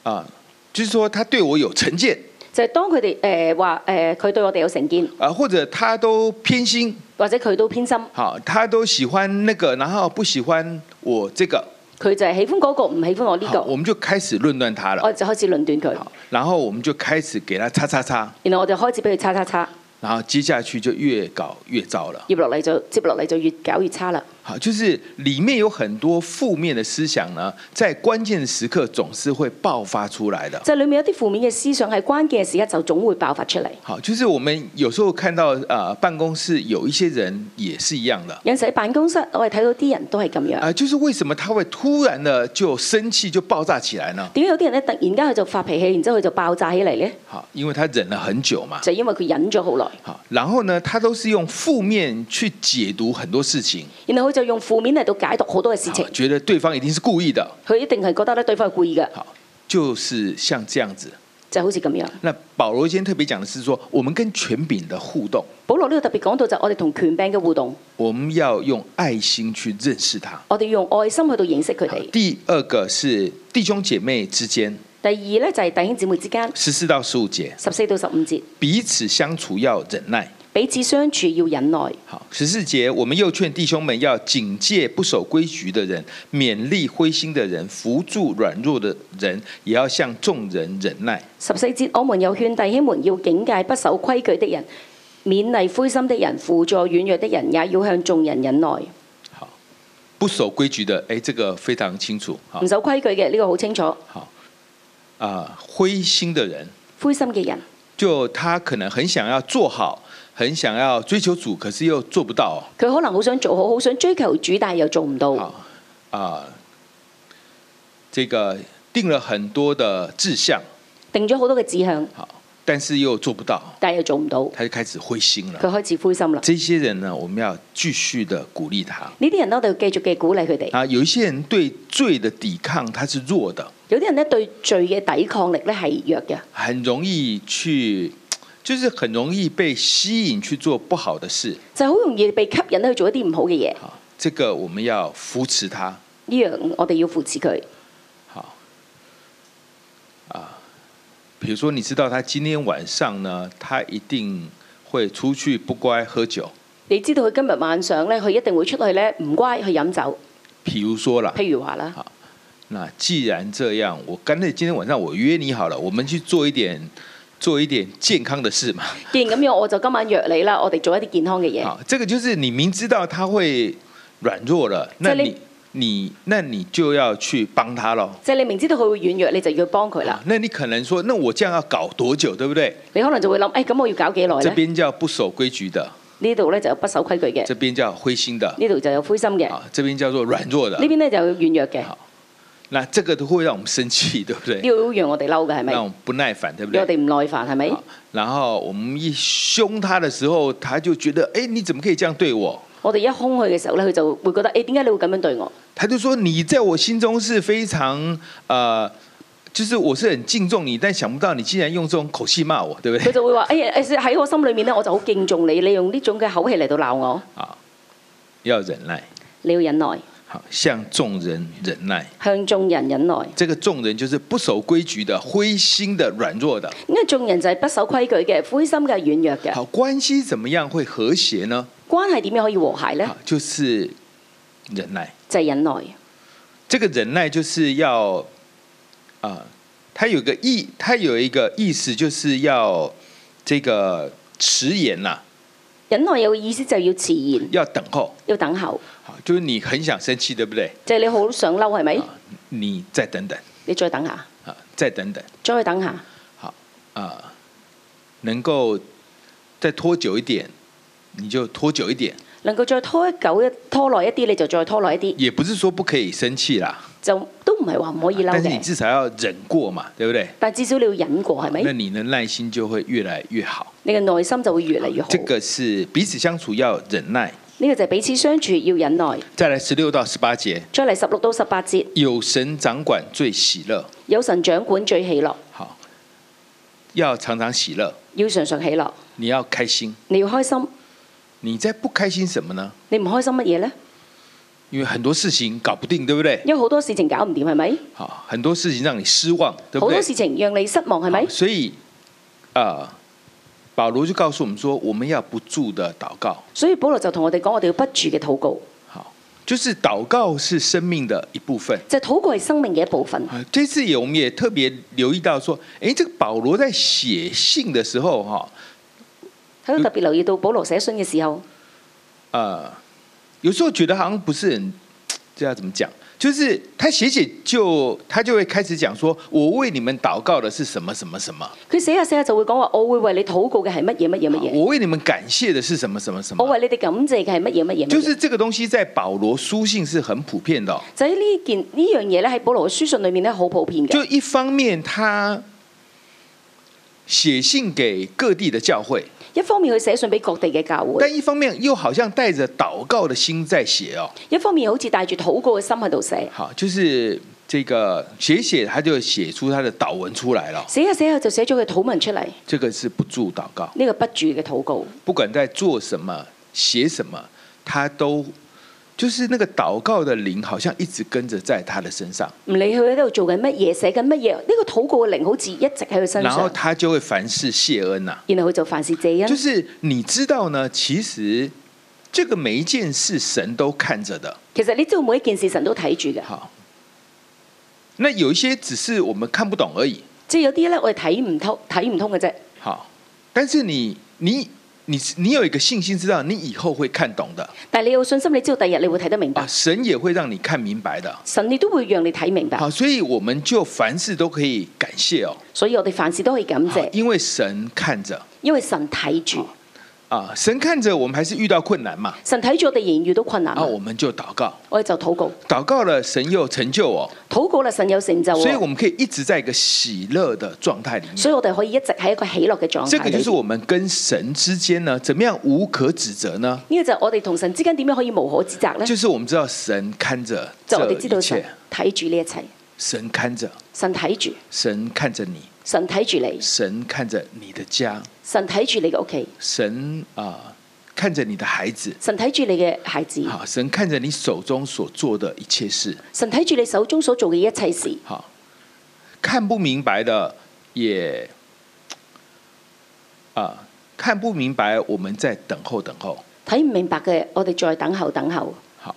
Speaker 2: 啊，就是说他对我有成见
Speaker 3: 就係、當佢哋誒話呃誒，佢、對我哋有成見，
Speaker 2: 啊，或者他都偏心，
Speaker 3: 或者佢都偏心，
Speaker 2: 好，他都喜欢那个，然后不喜歡我这个，
Speaker 3: 佢就係喜歡嗰、個，唔喜歡我呢、
Speaker 2: 好，
Speaker 3: 個，
Speaker 2: 我们就開始論斷他了。
Speaker 3: 我哋就開始論斷佢
Speaker 2: 好，，然後我們就開始給他叉叉叉，
Speaker 3: 然後我就開始俾佢叉叉叉，
Speaker 2: 然後接下去就越搞越糟了。
Speaker 3: 接落嚟就接落嚟就越搞越差啦。
Speaker 2: 好，就是里面有很多负面的思想呢，在关键时刻总是会爆发出来的。
Speaker 3: 就係裡面有啲負面嘅思想係關鍵嘅時刻就總會爆發出嚟。
Speaker 2: 好，就是我们有时候看到呃办公室有一些人也是一样的，
Speaker 3: 有陣時喺辦公室，我哋睇到啲人都係咁樣。
Speaker 2: 啊、就是为什么他会突然的就生气就爆炸起来呢？
Speaker 3: 點解有啲人咧突然間佢就發脾氣，然之後佢就爆炸起嚟呢？
Speaker 2: 好，因为他忍了很久嘛。
Speaker 3: 就因為佢忍咗好耐，
Speaker 2: 好，然后呢，他都是用负面去解读很多事情，
Speaker 3: 然後佢就用負面嚟到解讀好多嘅事
Speaker 2: 好
Speaker 3: 情。
Speaker 2: 觉得對方一定是故意的，
Speaker 3: 佢一定係覺得咧對方係故意嘅，
Speaker 2: 好，就是像这样子。
Speaker 3: 就好似咁樣。
Speaker 2: 那保罗今天特别讲的是说，我们跟权柄的互動，
Speaker 3: 保羅呢度特別講到就係我哋同權柄嘅互動，
Speaker 2: 我們要用愛心去認識它。
Speaker 3: 我哋要用愛心去到認識佢
Speaker 2: 好
Speaker 3: 哋。
Speaker 2: 第二個是弟兄姐妹之間，
Speaker 3: 第二呢，就係弟兄姊妹之間，
Speaker 2: 十四到十五节，
Speaker 3: 十四到十五節，
Speaker 2: 彼此相處要忍耐。
Speaker 3: 彼此相處要忍耐。
Speaker 2: 好，十四节，我们又劝弟兄们要警戒不守规矩的人，勉励灰心的人，扶助软弱的人，也要向众人忍耐。
Speaker 3: 十四節，我們又勸弟兄們要警戒不守規矩的人，勉勵灰心的人，輔助軟弱的人，也要向眾人忍耐。
Speaker 2: 不守规矩的，哎，这个非常清楚。好
Speaker 3: 唔守規矩嘅呢、個好清楚，
Speaker 2: 好，啊、灰心的人，
Speaker 3: 灰心嘅人，
Speaker 2: 就他可能很想要做好，很想要追求主，可是又做不到。
Speaker 3: 佢可能好想做好，好想追求主，但係又做唔到。
Speaker 2: 好啊、这个定了很多的志向，
Speaker 3: 定咗好多嘅志向，
Speaker 2: 好，但是又做不到，
Speaker 3: 但係又做唔到，
Speaker 2: 他就开始灰心了。
Speaker 3: 佢開始灰心啦。
Speaker 2: 这些人呢，我们要继续的鼓励他
Speaker 3: 呢啲人咧，我哋要繼續嘅鼓勵佢哋。
Speaker 2: 啊。有一些人对罪的抵抗他是弱的，
Speaker 3: 有啲人咧對罪嘅抵抗力咧係弱嘅，
Speaker 2: 很容易去，就是很容易被吸引去做不好的事
Speaker 3: 就係好容易被吸引咧去做一啲唔好嘅嘢。
Speaker 2: 啊。这个我们要扶持他，
Speaker 3: 呢樣我哋要扶持佢。
Speaker 2: 好啊。比如说，你知道他今天晚上呢，他一定会出去不乖喝酒。
Speaker 3: 你知道佢今日晚上咧，佢一定會出去咧唔乖去飲酒。
Speaker 2: 比如说啦，
Speaker 3: 譬如話啦，
Speaker 2: 那既然这样，我干脆今天晚上我约你好了，我们去做一点做一点健康的事嘛。
Speaker 3: 既然咁樣，我就今晚約你啦，我哋做一啲健康嘅嘢。
Speaker 2: 好，这个就是你明知道他会软弱了，那
Speaker 3: 这里
Speaker 2: 你你那你就要去帮他咯。
Speaker 3: 即係你明知道佢會軟弱，你就要幫佢啦
Speaker 2: 好。那你可能说，那我这样要搞多久，对不对？
Speaker 3: 你可能就會諗，誒、咁我要搞幾耐
Speaker 2: 这
Speaker 3: 呢？
Speaker 2: 边叫不守规矩的，
Speaker 3: 呢度咧就有不守規矩嘅，
Speaker 2: 这边叫灰心的，
Speaker 3: 呢度就有灰心嘅，呢
Speaker 2: 啊，这边叫做软弱的。
Speaker 3: 邊咧就有軟弱嘅，
Speaker 2: 好那这个都会讓我们生气，对不
Speaker 3: 呢
Speaker 2: 对？
Speaker 3: 度讓我哋嬲嘅係咪？
Speaker 2: 讓我们不耐煩，对不
Speaker 3: 讓我
Speaker 2: 对？
Speaker 3: 哋唔耐煩係咪？
Speaker 2: 好然後我们一凶他的時候，他就覺得，哎、你怎麼可以這樣對我？
Speaker 3: 我哋一兇佢嘅時候咧，佢就會覺得誒點解你會咁樣對我？
Speaker 2: 他就說，你在我心中是非常呃，就是我是很敬重你，但想不到你竟然用這種口氣罵我，对不
Speaker 3: 佢
Speaker 2: 對？
Speaker 3: 就會話誒誒喺我心裏面咧，我就好敬重你，你用呢種嘅口氣嚟到鬧我，
Speaker 2: 啊，要忍耐，
Speaker 3: 你要忍耐，
Speaker 2: 好，向眾人忍耐。
Speaker 3: 向眾人忍耐。
Speaker 2: 這個眾人就是不守規矩的、灰心的、軟弱的。
Speaker 3: 因為眾人就係不守規矩嘅、灰心嘅、軟弱嘅，
Speaker 2: 好，關係怎麼樣會和諧呢？
Speaker 3: 關係點樣可以和諧呢
Speaker 2: 好？，就是忍耐。
Speaker 3: 就係、忍耐。
Speaker 2: 这个忍耐就是要啊、它有个意，它有一个意思，就是要这个迟延呐、
Speaker 3: 忍耐有個意思就要遲延，
Speaker 2: 要等候。
Speaker 3: 要等候，
Speaker 2: 好，就是你很想生气，對不對？
Speaker 3: 就係、你好想嬲係咪？
Speaker 2: 啊，你再等等
Speaker 3: 你再等下，
Speaker 2: 啊，再等等
Speaker 3: 再等下，
Speaker 2: 啊，能夠再拖久一點，你就拖久一點，
Speaker 3: 能夠再拖久一拖耐一啲，你就再拖耐一啲，
Speaker 2: 也不是說不可以生氣啦，
Speaker 3: 就都唔係話唔可以嬲
Speaker 2: 啊但是你
Speaker 3: 嘅。
Speaker 2: 至少要忍過嘛，對不對？
Speaker 3: 但至少你要忍過係
Speaker 2: 那
Speaker 3: 咪？
Speaker 2: 你的耐心就會越來越好。
Speaker 3: 你嘅內心就會越嚟越好。
Speaker 2: 這個是彼此相處要忍耐。
Speaker 3: 呢個就係彼此相處要忍耐。
Speaker 2: 再來十六到十八节，
Speaker 3: 再嚟十六到十八節，
Speaker 2: 有神掌管最喜乐，
Speaker 3: 有神掌管最喜樂，
Speaker 2: 好，要常常喜乐，
Speaker 3: 要常常喜樂。
Speaker 2: 你要开心。
Speaker 3: 你要開心，
Speaker 2: 你在不开心什么呢？
Speaker 3: 你唔開心乜嘢呢？
Speaker 2: 因为很多事情搞不定，对不对？
Speaker 3: 因為好多事情搞唔掂係咪？
Speaker 2: 好，很多事情让你失望，对
Speaker 3: 好
Speaker 2: 不对？
Speaker 3: 多事情哎讓你失望係咪
Speaker 2: 好？所以，呃，保罗就告诉我们说，我们要不住的祷告。
Speaker 3: 所以保羅就同我哋講，我哋要不住嘅禱告，
Speaker 2: 好，就是祷告是生命的一部分。
Speaker 3: 就係禱告係生命嘅一部分。
Speaker 2: 啊，这次也我们也特别留意到说，诶，这个保罗在写信的时候，哈，
Speaker 3: 喺度特別留意到保羅寫信嘅時候，
Speaker 2: 呃，有时候觉得好像不是很，这要怎么讲？就是他写写就他就会开始讲说，我为你们祷告的是什么什么什么，
Speaker 3: 佢寫下寫下就會講話，我會為你禱告嘅係乜嘢乜嘢乜嘢，
Speaker 2: 我为你们感谢的是什么什么什
Speaker 3: 嗯哦我
Speaker 2: 么。
Speaker 3: 為你哋感謝嘅係乜嘢乜嘢乜嘢。
Speaker 2: 就是这个东西在保罗书信是很普遍的哦、
Speaker 3: 就喺呢件呢樣嘢咧，喺保羅嘅書信裏面咧，好普遍嘅。
Speaker 2: 就一方面他写信给各地的教会，
Speaker 3: 一方面佢寫信俾各地嘅教會，
Speaker 2: 但一方面又好像带着祷告的心在写哦。
Speaker 3: 一方面好似帶住禱告嘅心喺度寫，
Speaker 2: 好，就是这个写写，他就写出他的祷文出来了。哦
Speaker 3: 寫下寫下就寫咗佢禱文出嚟。呢、
Speaker 2: 这个是不住祷告，
Speaker 3: 個不住嘅禱告，
Speaker 2: 不管在做什么、写什么，他都就是那个祷告的灵，好像一直跟着在他的身上，
Speaker 3: 唔理佢喺度做緊乜嘢，寫緊乜嘢，呢、個禱告嘅靈好似一直喺佢身
Speaker 2: 然後
Speaker 3: 上。
Speaker 2: 他就会凡事谢恩呐、
Speaker 3: 然後佢就凡事謝
Speaker 2: 就
Speaker 3: 恩，
Speaker 2: 是你知道呢，其实这个每一件事神都看着的。
Speaker 3: 其實你知道每一件事神都睇住嘅，
Speaker 2: 好，那有一些只是我们看不懂而已。
Speaker 3: 即係有啲咧我哋睇唔透、睇唔通嘅啫。
Speaker 2: 好，但是你你你你有一个信心，知道你以后会看懂的
Speaker 3: 但係你有信心，你知道第日你會睇得明
Speaker 2: 啊，
Speaker 3: 白，
Speaker 2: 神也会让你看明白的。
Speaker 3: 神你都會讓你睇明白。
Speaker 2: 好，所以我们就凡事都可以感谢哦，
Speaker 3: 所以我哋凡事都可以感
Speaker 2: 好
Speaker 3: 謝，
Speaker 2: 因为神看着
Speaker 3: 因為神睇住，
Speaker 2: 啊，神看着我们还是遇到困难嘛，
Speaker 3: 神睇住我哋仍然遇到困難
Speaker 2: 啊，，我们就祷告，
Speaker 3: 我哋就禱告，
Speaker 2: 祷告了，神又成就哦，
Speaker 3: 禱告啦，神有成就喎。
Speaker 2: 所啊以我们可以一直在一个喜乐的状态里
Speaker 3: 所
Speaker 2: 面。
Speaker 3: 以我哋可以一直喺一個喜樂嘅狀
Speaker 2: 这
Speaker 3: 態
Speaker 2: 个
Speaker 3: 裏
Speaker 2: 就是
Speaker 3: 邊。
Speaker 2: 我们跟神之间呢，怎么样无可指责呢？
Speaker 3: 呢個就係我哋同神之間點樣可以無可指責呢？
Speaker 2: 就是我们知道神看着
Speaker 3: 就我
Speaker 2: 这
Speaker 3: 哋知道
Speaker 2: 一
Speaker 3: 神
Speaker 2: 切，
Speaker 3: 睇住呢一切，
Speaker 2: 神看着，
Speaker 3: 神睇住，
Speaker 2: 神看着你，
Speaker 3: 神睇住你，
Speaker 2: 神看着你的家，
Speaker 3: 神睇住你嘅屋企，
Speaker 2: 神啊、看着你的孩子，
Speaker 3: 神睇住你嘅孩子，
Speaker 2: 好，神看着你手中所做的一切事，
Speaker 3: 神睇住你手中所做嘅一切事。
Speaker 2: 好，看不明白的也啊、看不明白，我们在等候等候，
Speaker 3: 睇唔明白嘅，我哋再等候等候。
Speaker 2: 好，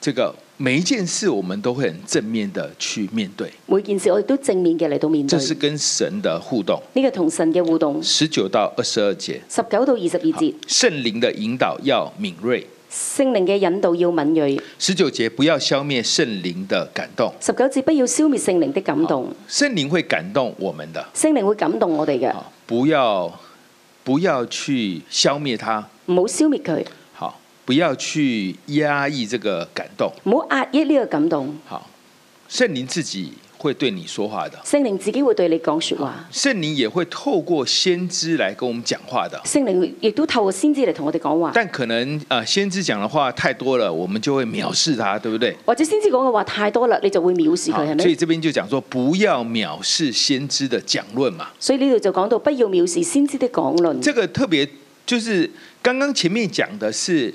Speaker 2: 这个每一件事我们都会很正面的去面对，
Speaker 3: 每件事我哋都正面嘅嚟到面
Speaker 2: 这
Speaker 3: 對。
Speaker 2: 是跟神的互动。
Speaker 3: 呢個同神嘅互動，
Speaker 2: 十九到二十二节，
Speaker 3: 十九到二十二節，
Speaker 2: 圣灵的引导要敏锐。
Speaker 3: 聖靈嘅引導要敏鋭。
Speaker 2: 十九节不要消灭圣灵的感动，
Speaker 3: 十九節不要消滅聖靈的感動，
Speaker 2: 圣灵会感动我们的，
Speaker 3: 聖靈會感動我哋嘅，
Speaker 2: 好，不要不要去消灭它，
Speaker 3: 唔好消滅佢，
Speaker 2: 好，不要去压抑这个感动，
Speaker 3: 唔好壓抑呢個感動。
Speaker 2: 好，圣灵自己会对你说话的，
Speaker 3: 聖靈自己會對你講説話，
Speaker 2: 圣灵也会透过先知来跟我们讲话的，
Speaker 3: 聖靈亦都透過先知嚟同我哋講話，
Speaker 2: 但可能呃先知讲的话太多了，我们就会藐视他，对不对？
Speaker 3: 或者先知講嘅話太多啦，你就會藐視
Speaker 2: 好
Speaker 3: 佢，係
Speaker 2: 所以
Speaker 3: 咪？
Speaker 2: 这边就讲说，不要藐视先知的讲论嘛。
Speaker 3: 所以呢度就講到不要藐視先知的講論。
Speaker 2: 这个特别就是刚刚前面讲的是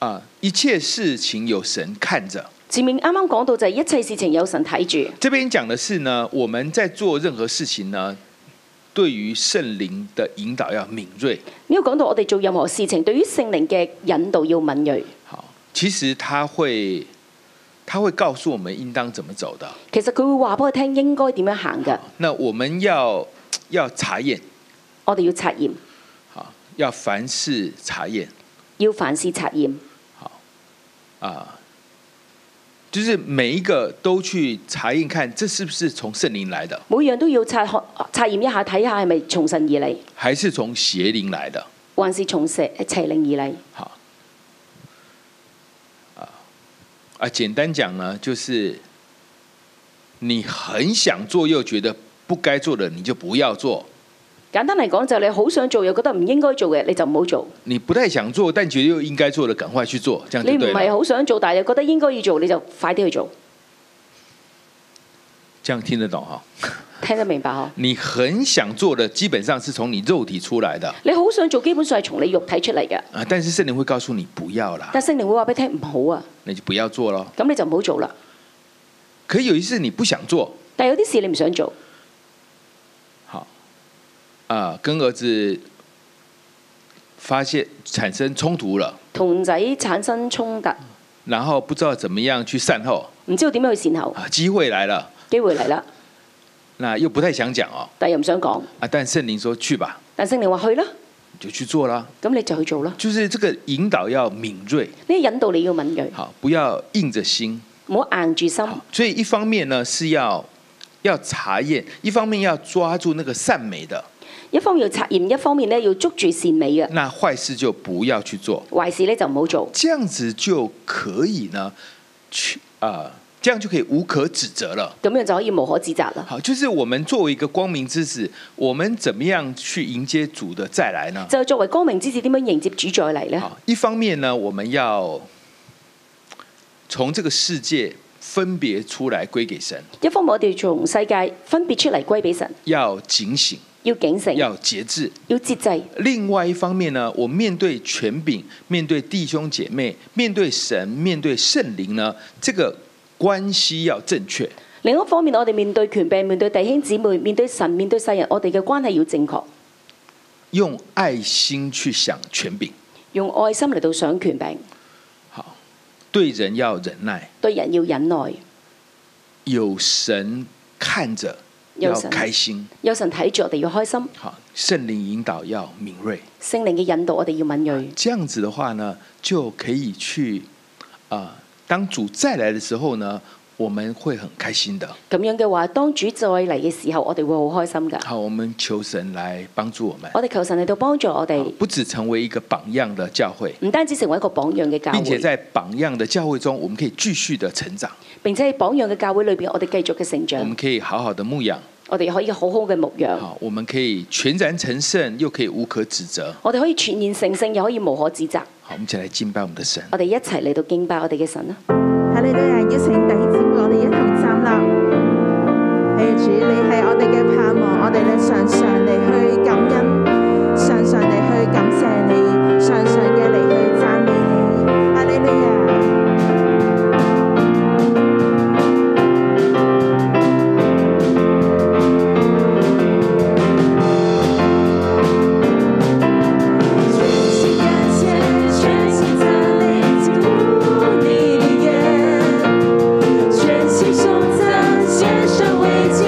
Speaker 2: 啊、一切事情有神看着。
Speaker 3: 前面啱啱講到就係一切事情有神睇住，
Speaker 2: 这边讲的是呢，我们在做任何事情呢，对于圣灵的引导要敏锐。
Speaker 3: 呢度講到我哋做任何事情，對於聖靈嘅引導要敏鋭。
Speaker 2: 好，其实他会他会告诉我們应當怎麼走的。
Speaker 3: 其實佢會話俾我聽應該點樣行嘅，
Speaker 2: 那我們要要查驗，
Speaker 3: 我哋要察驗，
Speaker 2: 好，要凡事查驗。
Speaker 3: 要凡事察驗，
Speaker 2: 啊，就是每一个都去查验看，这是不是从圣灵来的，
Speaker 3: 每樣都要察看察驗一下，睇下係咪從神而嚟，
Speaker 2: 还是从邪灵来的？
Speaker 3: 還是從邪邪靈而嚟。
Speaker 2: 好，啊啊，简单讲呢，就是你很想做又觉得不该做的，你就不要做；
Speaker 3: 簡單嚟講，就係你好想做又覺得唔應該做嘅，你就唔好做。
Speaker 2: 你不太想做但觉得又应该做的，赶快去做，这样
Speaker 3: 你
Speaker 2: 就
Speaker 3: 唔
Speaker 2: 嗯对
Speaker 3: 係
Speaker 2: 了。
Speaker 3: 好想做，但係又覺得應該要做，你就快啲去做。
Speaker 2: 这样听得懂哈？
Speaker 3: 聽得明白嗬？
Speaker 2: 你很想做的，基本上是从你肉体出来的
Speaker 3: 你好想做，基本上係從你肉體出嚟嘅，
Speaker 2: 啊，但是圣灵会告诉你不要啦，
Speaker 3: 但聖靈會話俾你聽唔好啊，
Speaker 2: 那就不要做咯。
Speaker 3: 咁你就唔好做啦。
Speaker 2: 可有一次你不想做，
Speaker 3: 但係有啲事你唔想做，
Speaker 2: 好，啊、跟儿子发现产生冲突了，
Speaker 3: 同仔產生衝突，
Speaker 2: 然后不知道怎么样去善后
Speaker 3: 唔知道點樣去善後，
Speaker 2: 啊，机会来了，
Speaker 3: 機會嚟啦，
Speaker 2: 那又不太想讲哦
Speaker 3: 但係又唔想講。
Speaker 2: 啊，但圣灵说去吧，
Speaker 3: 但聖靈話去啦，
Speaker 2: 你就去做啦。
Speaker 3: 咁你就去做啦。
Speaker 2: 就是这个引导要敏锐，
Speaker 3: 呢引導你要敏鋭，
Speaker 2: 好，不要硬着心。
Speaker 3: 唔好硬住心。
Speaker 2: 好，所以一方面呢是要要查验，一方面要抓住那个善美的，
Speaker 3: 一方面要察驗，一方面咧要捉住善美嘅
Speaker 2: 那坏事就不要去做，
Speaker 3: 壞事咧就唔好做。
Speaker 2: 这样子就可以呢去啊、呃这样就可以無可指責了。
Speaker 3: 咁樣就可以無可指責啦。
Speaker 2: 好，就是我们作为一个光明之子，我们怎么样去迎接主的再来呢？
Speaker 3: 就作為光明之子，點樣迎接主再嚟呢？
Speaker 2: 好，一方面呢，我们要从这个世界分别出來歸給神，
Speaker 3: 一方面我哋從世界分別出嚟歸俾神，
Speaker 2: 要警醒，
Speaker 3: 要警醒，
Speaker 2: 要節制。
Speaker 3: 要節制。
Speaker 2: 另外一方面呢，我面对权柄，面对弟兄姐妹，面对神，面对圣灵呢，这个关系要正确。
Speaker 3: 另一方面，我哋面對權柄、面對弟兄姊妹、面對神、面對世人，我哋嘅關係要正確，
Speaker 2: 用爱心去想权柄，
Speaker 3: 用愛心嚟到想權柄，
Speaker 2: 对人要忍耐，
Speaker 3: 對人要忍耐。
Speaker 2: 有神看着
Speaker 3: 有
Speaker 2: 要
Speaker 3: 神
Speaker 2: 开心，
Speaker 3: 有神睇住我哋要開心，
Speaker 2: 好，圣灵引导要敏锐，
Speaker 3: 聖靈嘅引導我哋要敏鋭。
Speaker 2: 这样子的话呢，就可以去啊、当主再来的时候呢，我们会很开心的。
Speaker 3: 咁樣嘅話，當主再嚟嘅時候，我哋會好開心㗎。
Speaker 2: 好，我们求神来帮助我们，
Speaker 3: 我哋求神嚟到幫助我哋，
Speaker 2: 不只成为一个榜样的教会，
Speaker 3: 唔單止成為一個榜樣嘅教
Speaker 2: 并且
Speaker 3: 會，
Speaker 2: 在榜样的教会中，我们可以继续的成長，
Speaker 3: 並且喺榜樣嘅教會裏邊，我哋繼續嘅成
Speaker 2: 我们
Speaker 3: 長，
Speaker 2: 可以好好的牧养，
Speaker 3: 我哋可以好好嘅牧養，
Speaker 2: 好，我们可以全然成圣，又可以无可指责。
Speaker 3: 我哋可以全然成聖，又可以無可指責。
Speaker 2: 好，我们一起来敬拜我们的神。
Speaker 3: 我哋一齊嚟到敬拜我哋嘅神啦！啊
Speaker 4: 喺你都有邀請弟兄姊妹，我哋一同站立。係主，你係我哋嘅盼望，我哋咧常常嚟去感恩，常常嚟去感謝你，常常嘅嚟去讚美你。哈利路亞！全心感谢，全心赞美，敬慕你的眼，全心颂赞，献上为祭，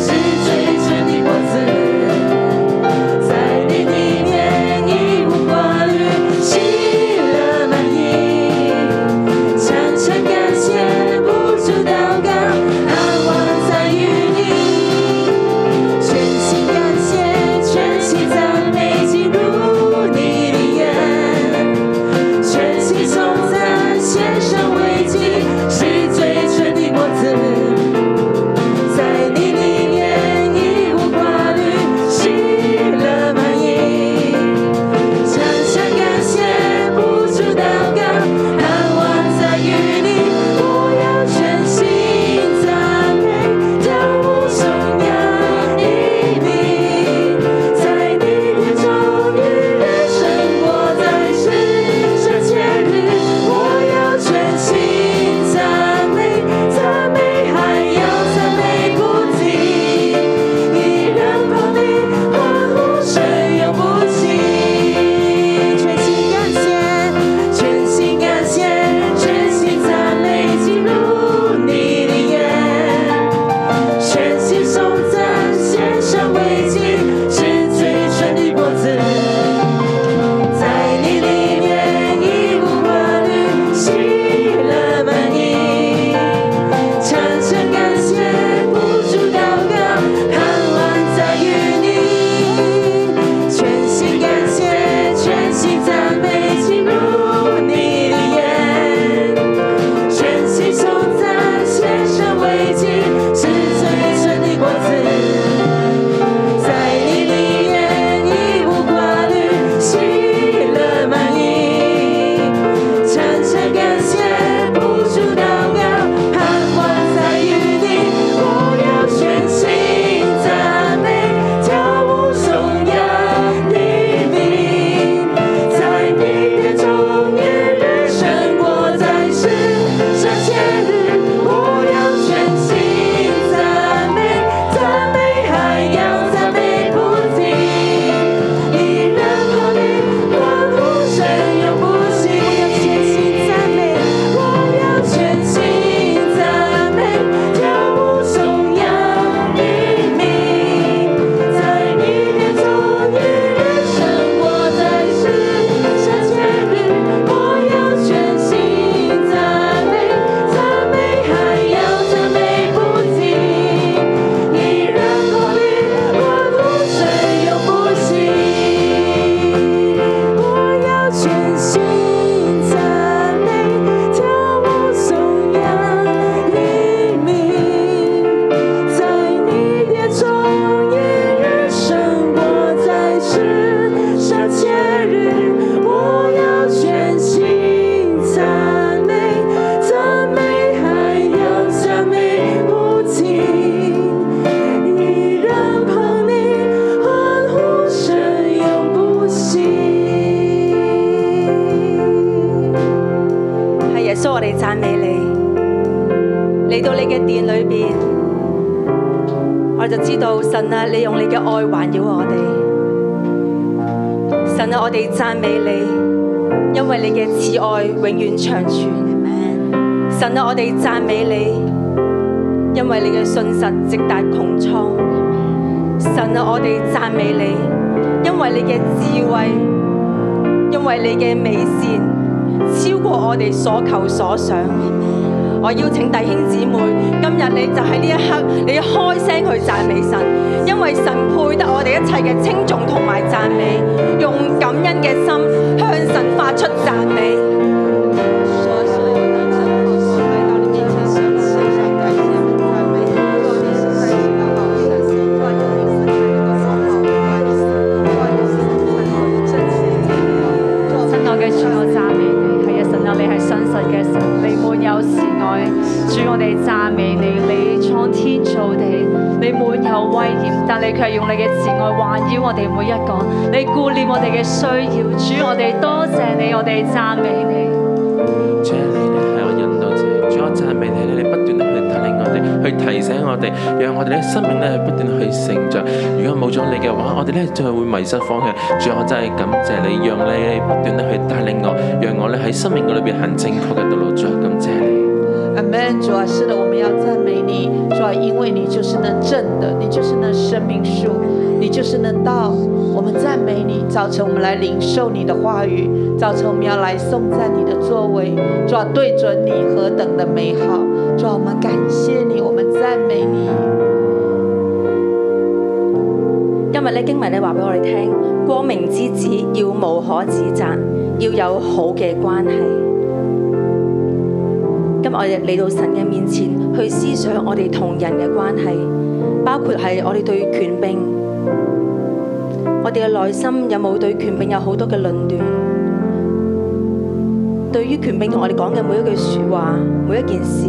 Speaker 4: 是最真的果子。
Speaker 5: 穌，我哋讚美你。嚟到你嘅殿裏边，我就知道神啊，你用你嘅愛環繞我哋。神啊，我哋讚美你，因為你嘅慈愛永遠長存。神啊，我哋讚美你，因為你嘅信實直達穹蒼。神啊，我哋讚美你，因為你嘅智慧。因为你嘅美善超过我哋所求所想。我邀请弟兄姊妹，今日你就喺呢一刻，你开声去赞美神，因为神配得我哋一切嘅称重同埋赞美，用感恩嘅心向神发出赞美。
Speaker 6: 親愛嘅主，我讚美你，係啊，神啊，你係信實嘅神，你滿有慈愛，主我哋讚美你，你創天造地，你滿有威嚴，但你卻用你嘅慈愛環繞我哋每一個，你顧念我哋嘅需要，主我哋多謝你，我哋讚美你。
Speaker 7: 主啊，你咧喺我引導者，主我讚美你，你不斷地去帶領我哋，去提醒我哋，讓我哋咧生命咧不斷去成長。如啊果冇咗你嘅話，我哋咧就係會迷失方向。主啊，我真係感謝你，讓你不斷地去帶領我，讓我咧喺生命嘅裏邊行正確嘅道路。主啊，感謝你。
Speaker 8: Amen，主啊，是的，我们要赞美你，主啊，因为你就是那正的，你就是那生命树，你就是那道，我们赞美你。早晨我们来领受你的话语，早晨我们要来颂赞你的作为，主啊，对准你何等的美好，主啊，我们感谢你，我们赞美你。
Speaker 5: 今日咧經文咧話俾我哋聽，光明之子要無可指責，要有好嘅關係。今日我哋嚟到神嘅面前，去思想我哋同人嘅關係，包括係我哋對權柄，我哋嘅內心有冇對權柄有好多嘅論斷？對於權柄同我哋講嘅每一句説話、每一件事，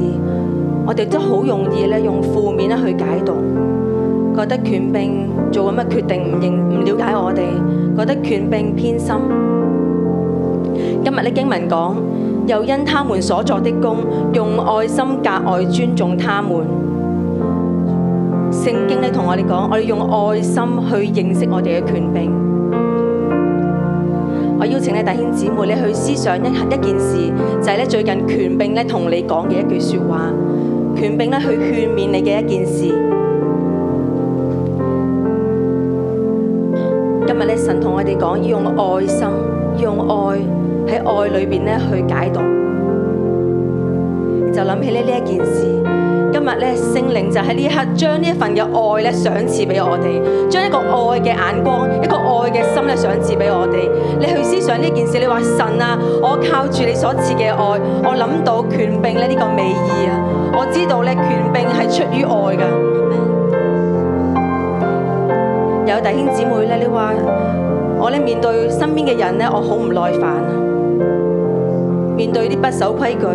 Speaker 5: 我哋都好容易咧用負面咧去解讀。覺得權柄做咁嘅決定唔認唔了解我哋，覺得權柄偏心。今日呢經文講，又因他們所作的功，用愛心格外尊重他們。聖經咧同我哋講，我哋用愛心去認識我哋嘅權柄。我邀請咧弟兄姊妹咧去思想一一件事，就係、咧最近權柄咧同你講嘅一句説話，權柄咧去勸勉你嘅一件事。今日咧，神同我哋講要用愛心，要用愛喺愛裏邊咧去解讀，就諗起咧呢一件事。今日咧，聖靈就喺呢一刻將呢一份嘅愛咧賞賜俾我哋，將一個愛嘅眼光、一個愛嘅心咧賞賜俾我哋。你去思想呢件事，你話神啊，我靠住你所賜嘅愛，我諗到權柄咧呢個美意啊，我知道咧權柄係出於愛㗎。有弟兄姊妹咧，你話我咧面對身邊嘅人咧，我好唔耐煩啊！面對啲不守規矩、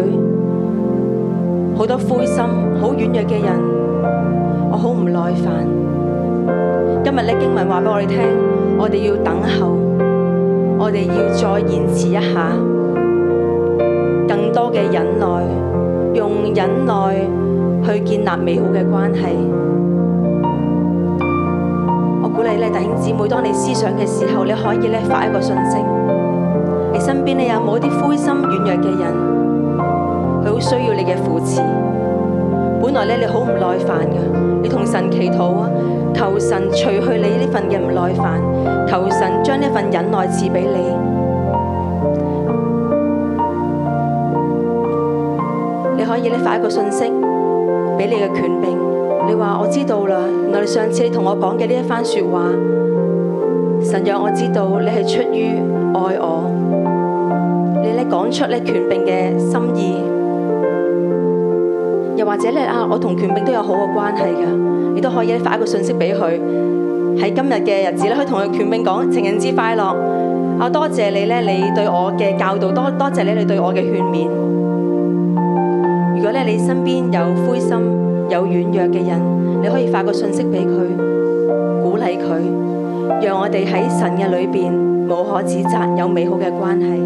Speaker 5: 好多灰心、好軟弱嘅人，我好唔耐煩。今日咧經文話俾我哋聽，我哋要等候，我哋要再延遲一下，更多嘅忍耐，用忍耐去建立美好嘅關係。我鼓勵咧弟兄姊妹，當你思想嘅時候，你可以咧發一個信息。你身邊你有冇啲灰心軟弱嘅人？佢好需要你嘅扶持。本來咧你好唔耐煩嘅，你同神祈禱啊，求神除去你呢份嘅唔耐煩，求神將呢份忍耐賜俾你。你可以咧發一個信息。俾你嘅權柄。你話我知道啦，原來你上次你同我講嘅呢一番説話，神讓我知道你係出於愛我，你咧講出咧權柄嘅心意。又或者咧啊，我同權柄都有好嘅關係㗎，你都可以咧發一個信息俾佢。喺今日嘅日子咧，可以同佢權柄講情人節快樂。啊，多謝你咧，你對我嘅教導，多多謝你你對我嘅勸勉。如果咧你身邊有灰心、有軟弱嘅人，你可以發個信息俾佢，鼓勵佢，讓我哋喺神嘅裏邊無可指責，有美好嘅關係。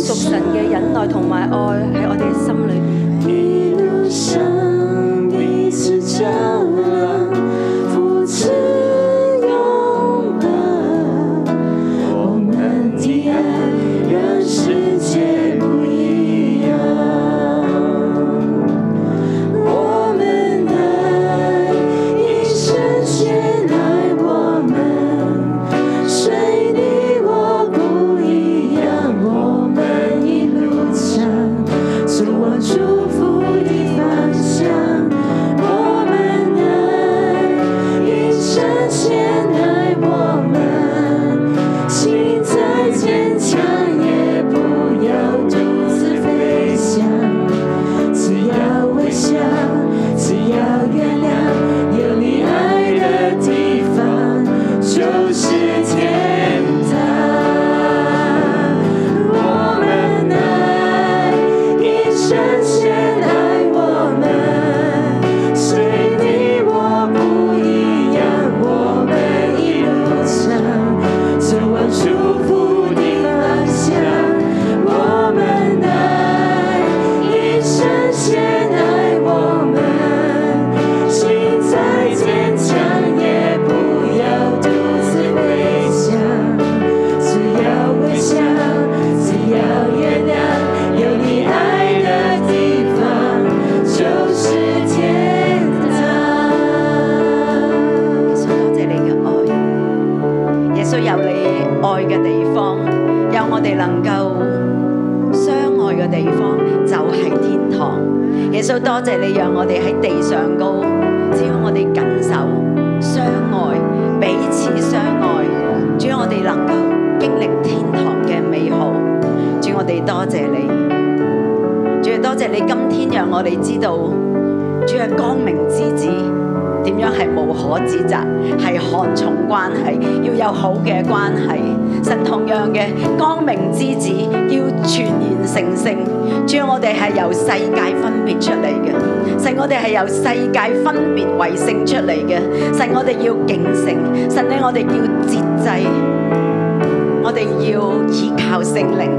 Speaker 5: 神嘅忍耐同埋愛喺我哋嘅心裏面。
Speaker 9: 耶穌多謝你嘅愛，耶穌有你愛嘅地方，有我哋能夠相愛嘅地方，就係天堂。耶穌多謝你讓我哋喺地上高，只要我哋緊守相愛，彼此相愛，主我哋能夠經歷天堂嘅美好。主我哋多謝你，主多謝你今天讓我哋知道。主係光明之子，點樣係無可指責，係看重關係，要有好嘅關係。神同樣嘅光明之子，要全然成聖。主，啊我哋係由世界分別出嚟嘅，神我哋係由世界分別為聖出嚟嘅，神我哋要敬聖，神咧我哋要節制，我哋要依靠聖靈。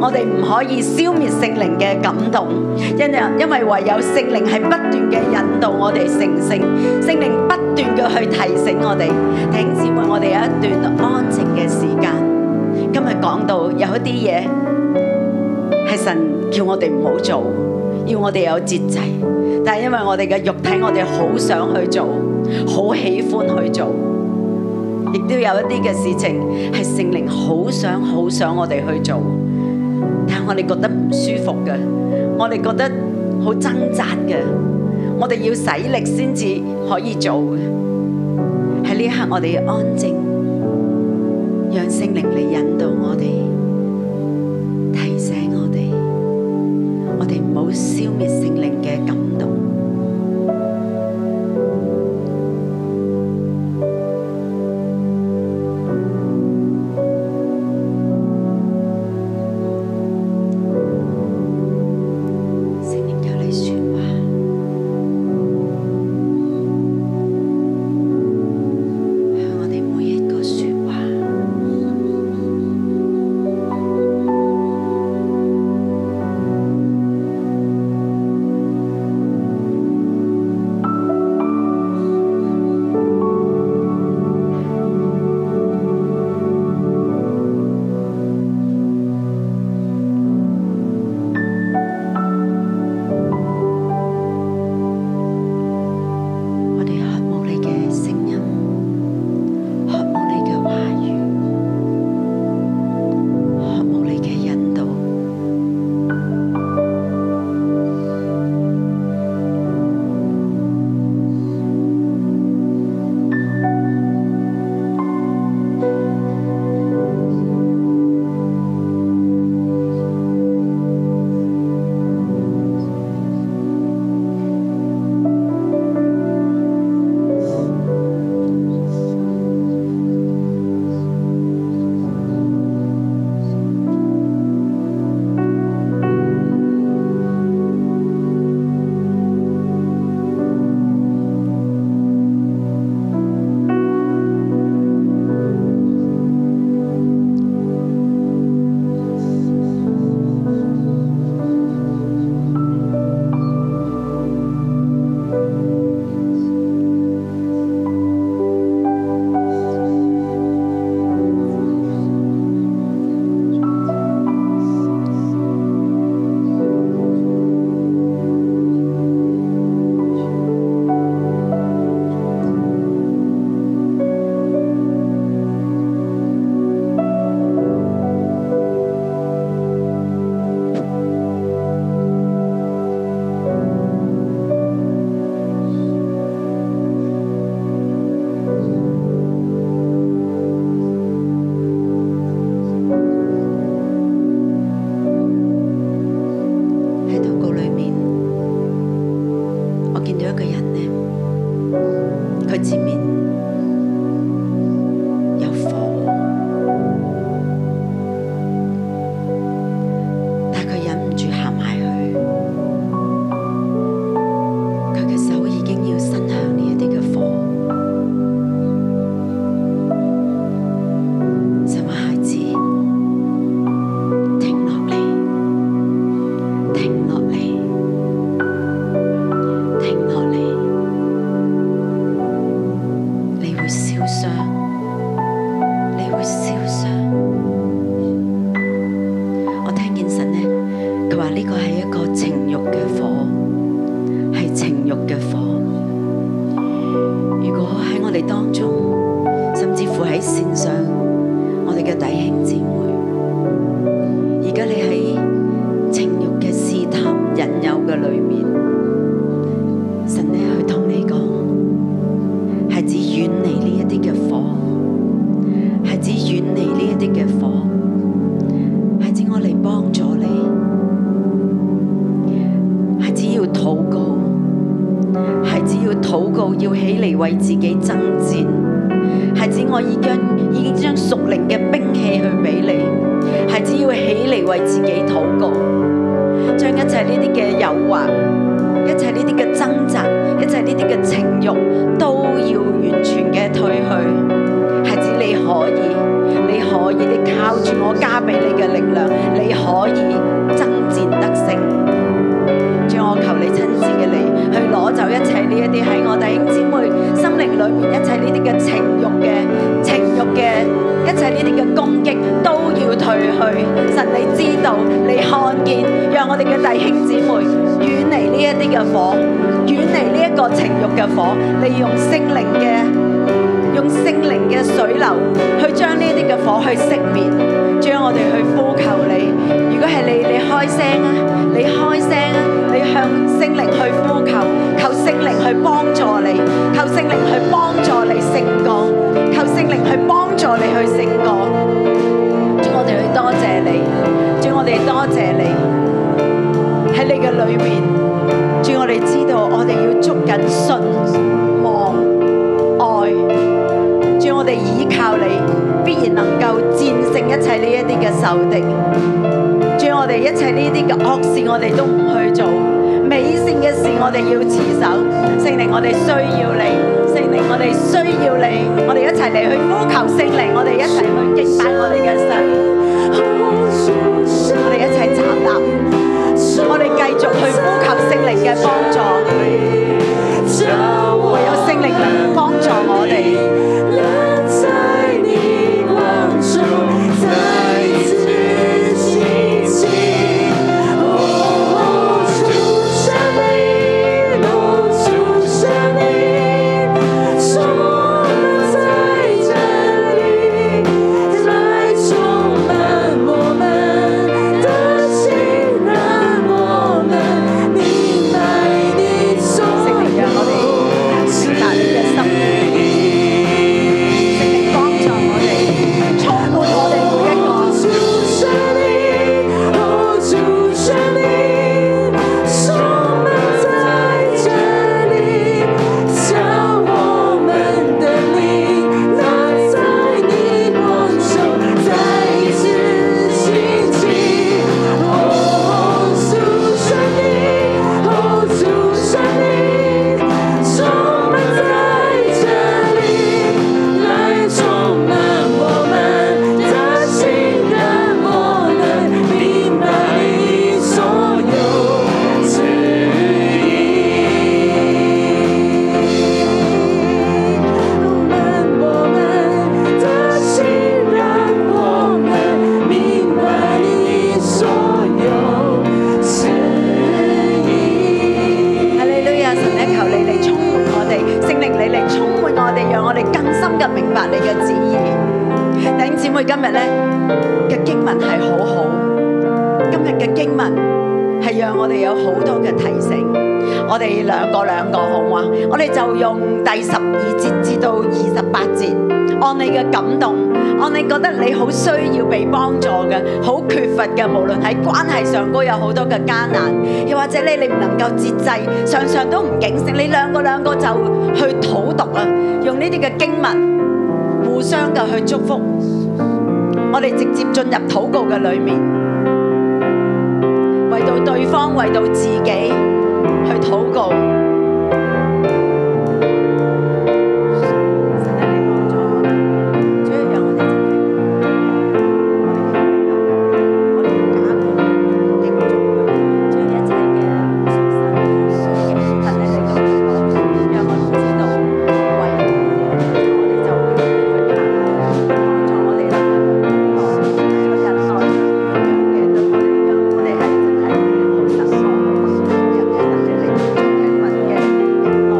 Speaker 9: 我哋唔可以消滅聖靈嘅感動，因為因為唯有聖靈係不斷嘅引導我哋成聖，聖靈不斷嘅去提醒我哋。弟兄姊妹，我哋有一段安靜嘅時間。今日講到有一啲嘢係神叫我哋唔好做，要我哋有節制，但係因為我哋嘅肉體，我哋好想去做，好喜歡去做。亦都有一啲嘅事情係聖靈好想好想我哋去做，但係我哋覺得唔舒服嘅，我哋覺得好掙扎嘅，我哋要使力先至可以做嘅。喺呢一刻，我哋要安靜，讓聖靈嚟引導我哋，提醒我哋，我哋唔好消滅聖靈嘅感動。聖靈有你說話，向我哋每一個說話，
Speaker 5: 幫助你，係只要禱告，係只要禱告，要起嚟為自己爭戰，係指我已經已經將屬靈嘅兵器去俾你，係只要起嚟為自己禱告，將一切呢啲嘅誘惑，一切呢啲嘅掙扎，一切呢啲嘅情慾，都要完全嘅退去，係指你可以。你可以，你靠住我加俾你嘅力量，你可以爭戰得勝。主，我求你親自嘅你去攞走一切呢一啲喺我弟兄姊妹心靈裏面一切呢啲嘅情慾嘅情慾嘅一切呢啲嘅攻擊都要退去。神，你知道，你看見，讓我哋嘅弟兄姊妹遠離呢一啲嘅火，遠離呢一個情慾嘅火，利用聖靈嘅。用聖靈嘅水流去將呢啲嘅火去熄滅。主啊，我哋去呼求你。如果係你，你開聲啊，你開聲啊，你向聖靈去呼求，求聖靈去幫助你，求聖靈去幫助你勝過，求聖靈去幫助你去勝過。主，我哋去多謝你，主，我哋多謝你喺你嘅裏面。主，我哋知道我哋要捉緊信望愛。主，我哋倚靠你，必然能夠戰勝一切呢一啲嘅仇敵。主，我哋一切呢啲嘅惡事，我哋都唔去做；美善嘅事，我哋要持守。聖靈，我哋需要你；聖靈，我哋需要你。我哋一齊嚟去呼求聖靈，我哋一齊去敬拜我哋嘅神。我哋一齊站立，我哋繼續去呼求聖靈嘅幫助。唯有聖靈能幫助我哋。聖靈讓我哋明白你嘅心意，聖靈幫助我哋，充滿我哋每一個。哈利路亞！神咧，求你嚟充滿我哋，聖靈你嚟充滿我哋，讓我哋更深嘅明白你嘅旨意。弟兄姊妹，今日咧嘅經文係好好，今日嘅經文係讓我哋有好多嘅提醒。我哋兩個兩個好唔好啊？我哋就用第十二節至到二十八節，按你嘅感動，按你覺得你好需要被幫助嘅，好缺乏嘅，無論喺關係上高有好多嘅艱難，又或者你你唔能夠節制，常常都唔警醒，你兩個兩個就去討讀啊，用呢啲嘅經文互相嘅去祝福，我哋直接進入禱告嘅裏面，為到對方，為到自己去禱告。神啊，你幫助我哋，主啊，讓我哋真係我哋要加倍去敬重佢，將一切嘅傷心、傷神你都讓我哋知道，唯有我哋就會去行，幫助我哋能夠去忍耐，去忍耐，讓我哋，讓我哋係真係好失望，有嘅，但係你最終嘅運。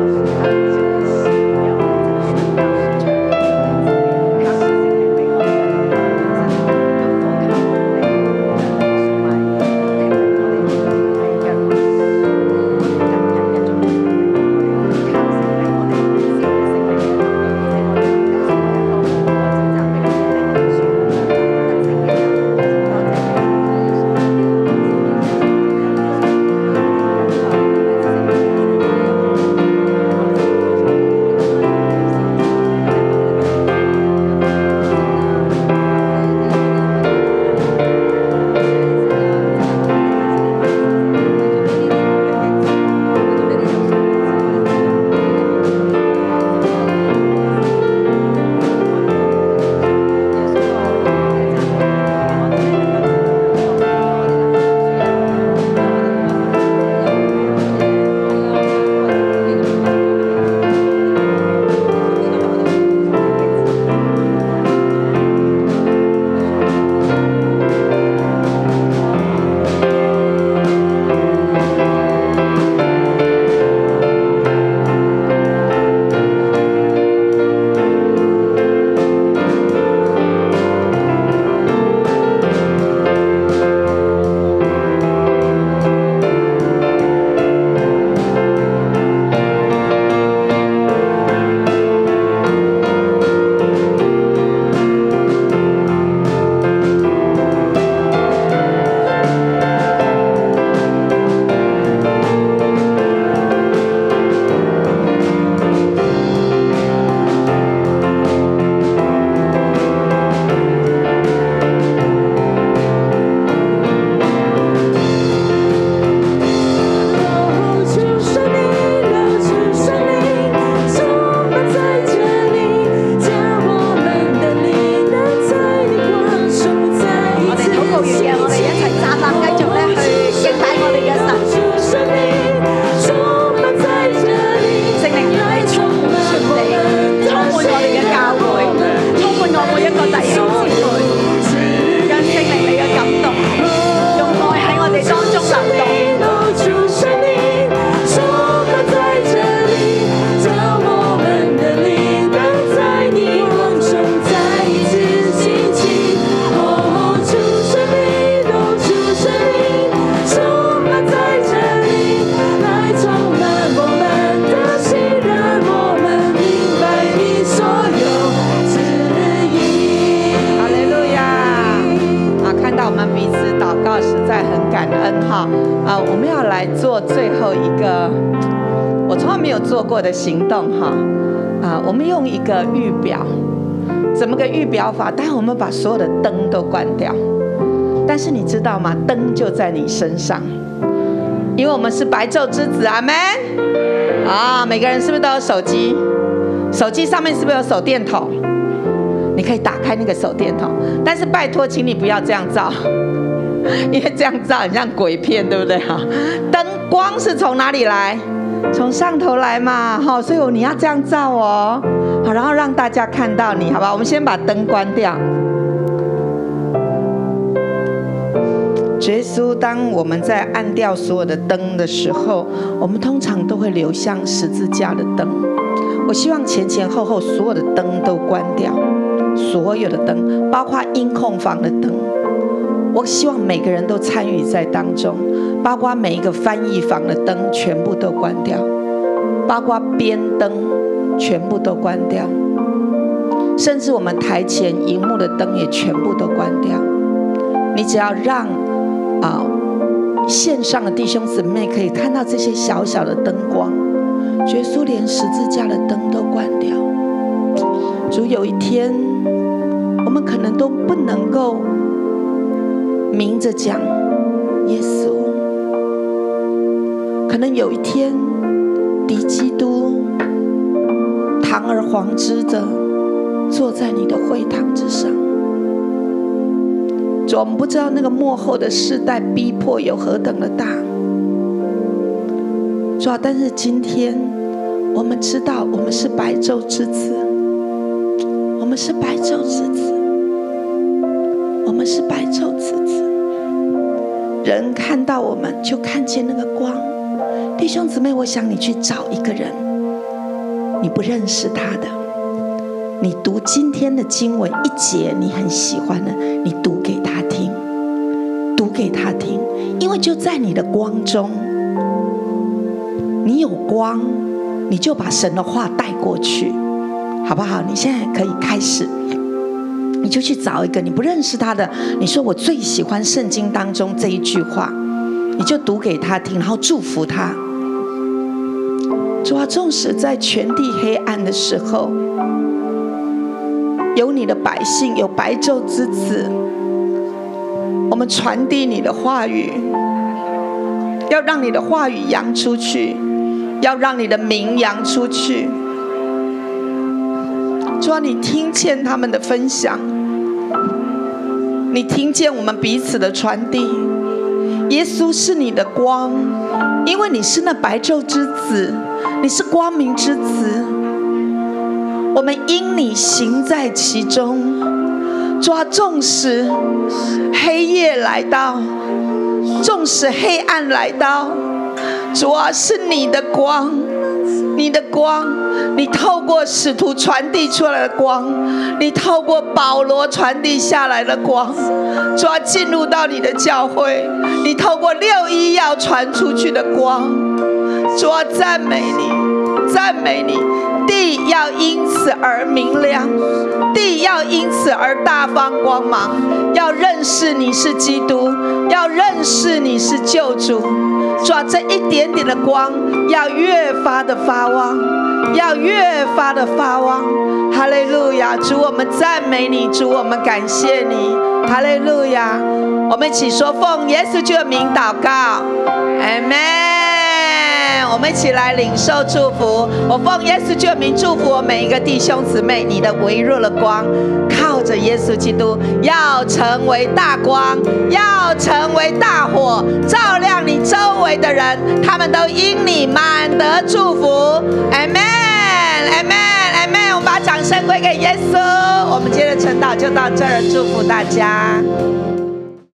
Speaker 9: 齊站立，繼續咧去敬拜我哋嘅神。聖靈願你充滿你，充滿我哋嘅教會，充滿我每一個弟兄姊妹，讓聖靈你嘅感動，用愛喺我哋當中流動。
Speaker 8: 哈利路亚！啊，看到我们彼此祷告，实在很感恩哈。啊，我们要来做最后一个我从来没有做过的行动哈。啊，我们用一个预表，怎么个预表法？但我们把所有的灯都关掉，但是你知道吗？灯就在你身上，因为我们是白昼之子，阿门。啊，每个人是不是都有手机？手机上面是不是有手电筒？你可以打开那个手电筒，但是拜托，请你不要这样照， 因为这样照很像鬼片，对不对哈？灯光是从哪里来？从上头来嘛，好，所以你要这样照哦，好，然后让大家看到你，好吧？我们先把灯关掉。耶稣，当我们在按掉所有的灯的时候，我们通常都会流向十字架的灯。我希望前前后后所有的灯都关掉。所有的灯，包括音控房的灯。我希望每个人都参与在当中，包括每一个翻译房的灯全部都关掉，包括边灯全部都关掉，甚至我们台前荧幕的灯也全部都关掉。你只要让啊、线上的弟兄姊妹可以看到这些小小的灯光，耶稣连十字架的灯都关掉。主有一天，我们可能都不能够明着讲耶稣，可能有一天敌基督堂而皇之的坐在你的会堂之上。主，我们不知道那个幕后的世代逼迫有何等的大。主啊，但是今天我们知道，我们是白昼之子。我们是白昼之子，我们是白昼之子。人看到我们就看见那个光。弟兄姊妹，我想你去找一个人，你不认识他的，你读今天的经文一节你很喜欢的，你读给他听，读给他听，因为就在你的光中，你有光，你就把神的话带过去。好不好？你现在可以开始，你就去找一个你不认识他的，你说我最喜欢圣经当中这一句话，你就读给他听，然后祝福他。主啊，纵使在全地黑暗的时候，有你的百姓，有白昼之子，我们传递你的话语，要让你的话语扬出去，要让你的名扬出去。主啊，你听见他们的分享，你听见我们彼此的传递。耶稣是你的光，因为你是那白昼之子，你是光明之子。我们因你行在其中，抓纵使黑夜来到，纵使黑暗来到，主啊，是你的光，你的光，你透过使徒传递出来的光，你透过保罗传递下来的光，主啊，进入到你的教会，你透过六一要传出去的光，主啊，赞美你，赞美你，地要因此而明亮，地要因此而大放光芒，要认识你是基督，要认识你是救主。主啊，这一点点的光要越发的发旺，要越发的发旺。哈利路亚！主，我们赞美你，主，我们感谢你。哈利路亚！我们一起说，奉耶稣基督的名祷告，阿门。我们一起来领受祝福。我奉耶稣基督的名祝福我每一个弟兄姊妹，你的微弱的光，靠着耶稣基督，要成为大光，要成为大火，照亮你周围的人，他们都因你满得祝福。Amen，Amen，Amen。我们把掌声归给耶稣。我们今天的晨祷就到这儿，祝福大家。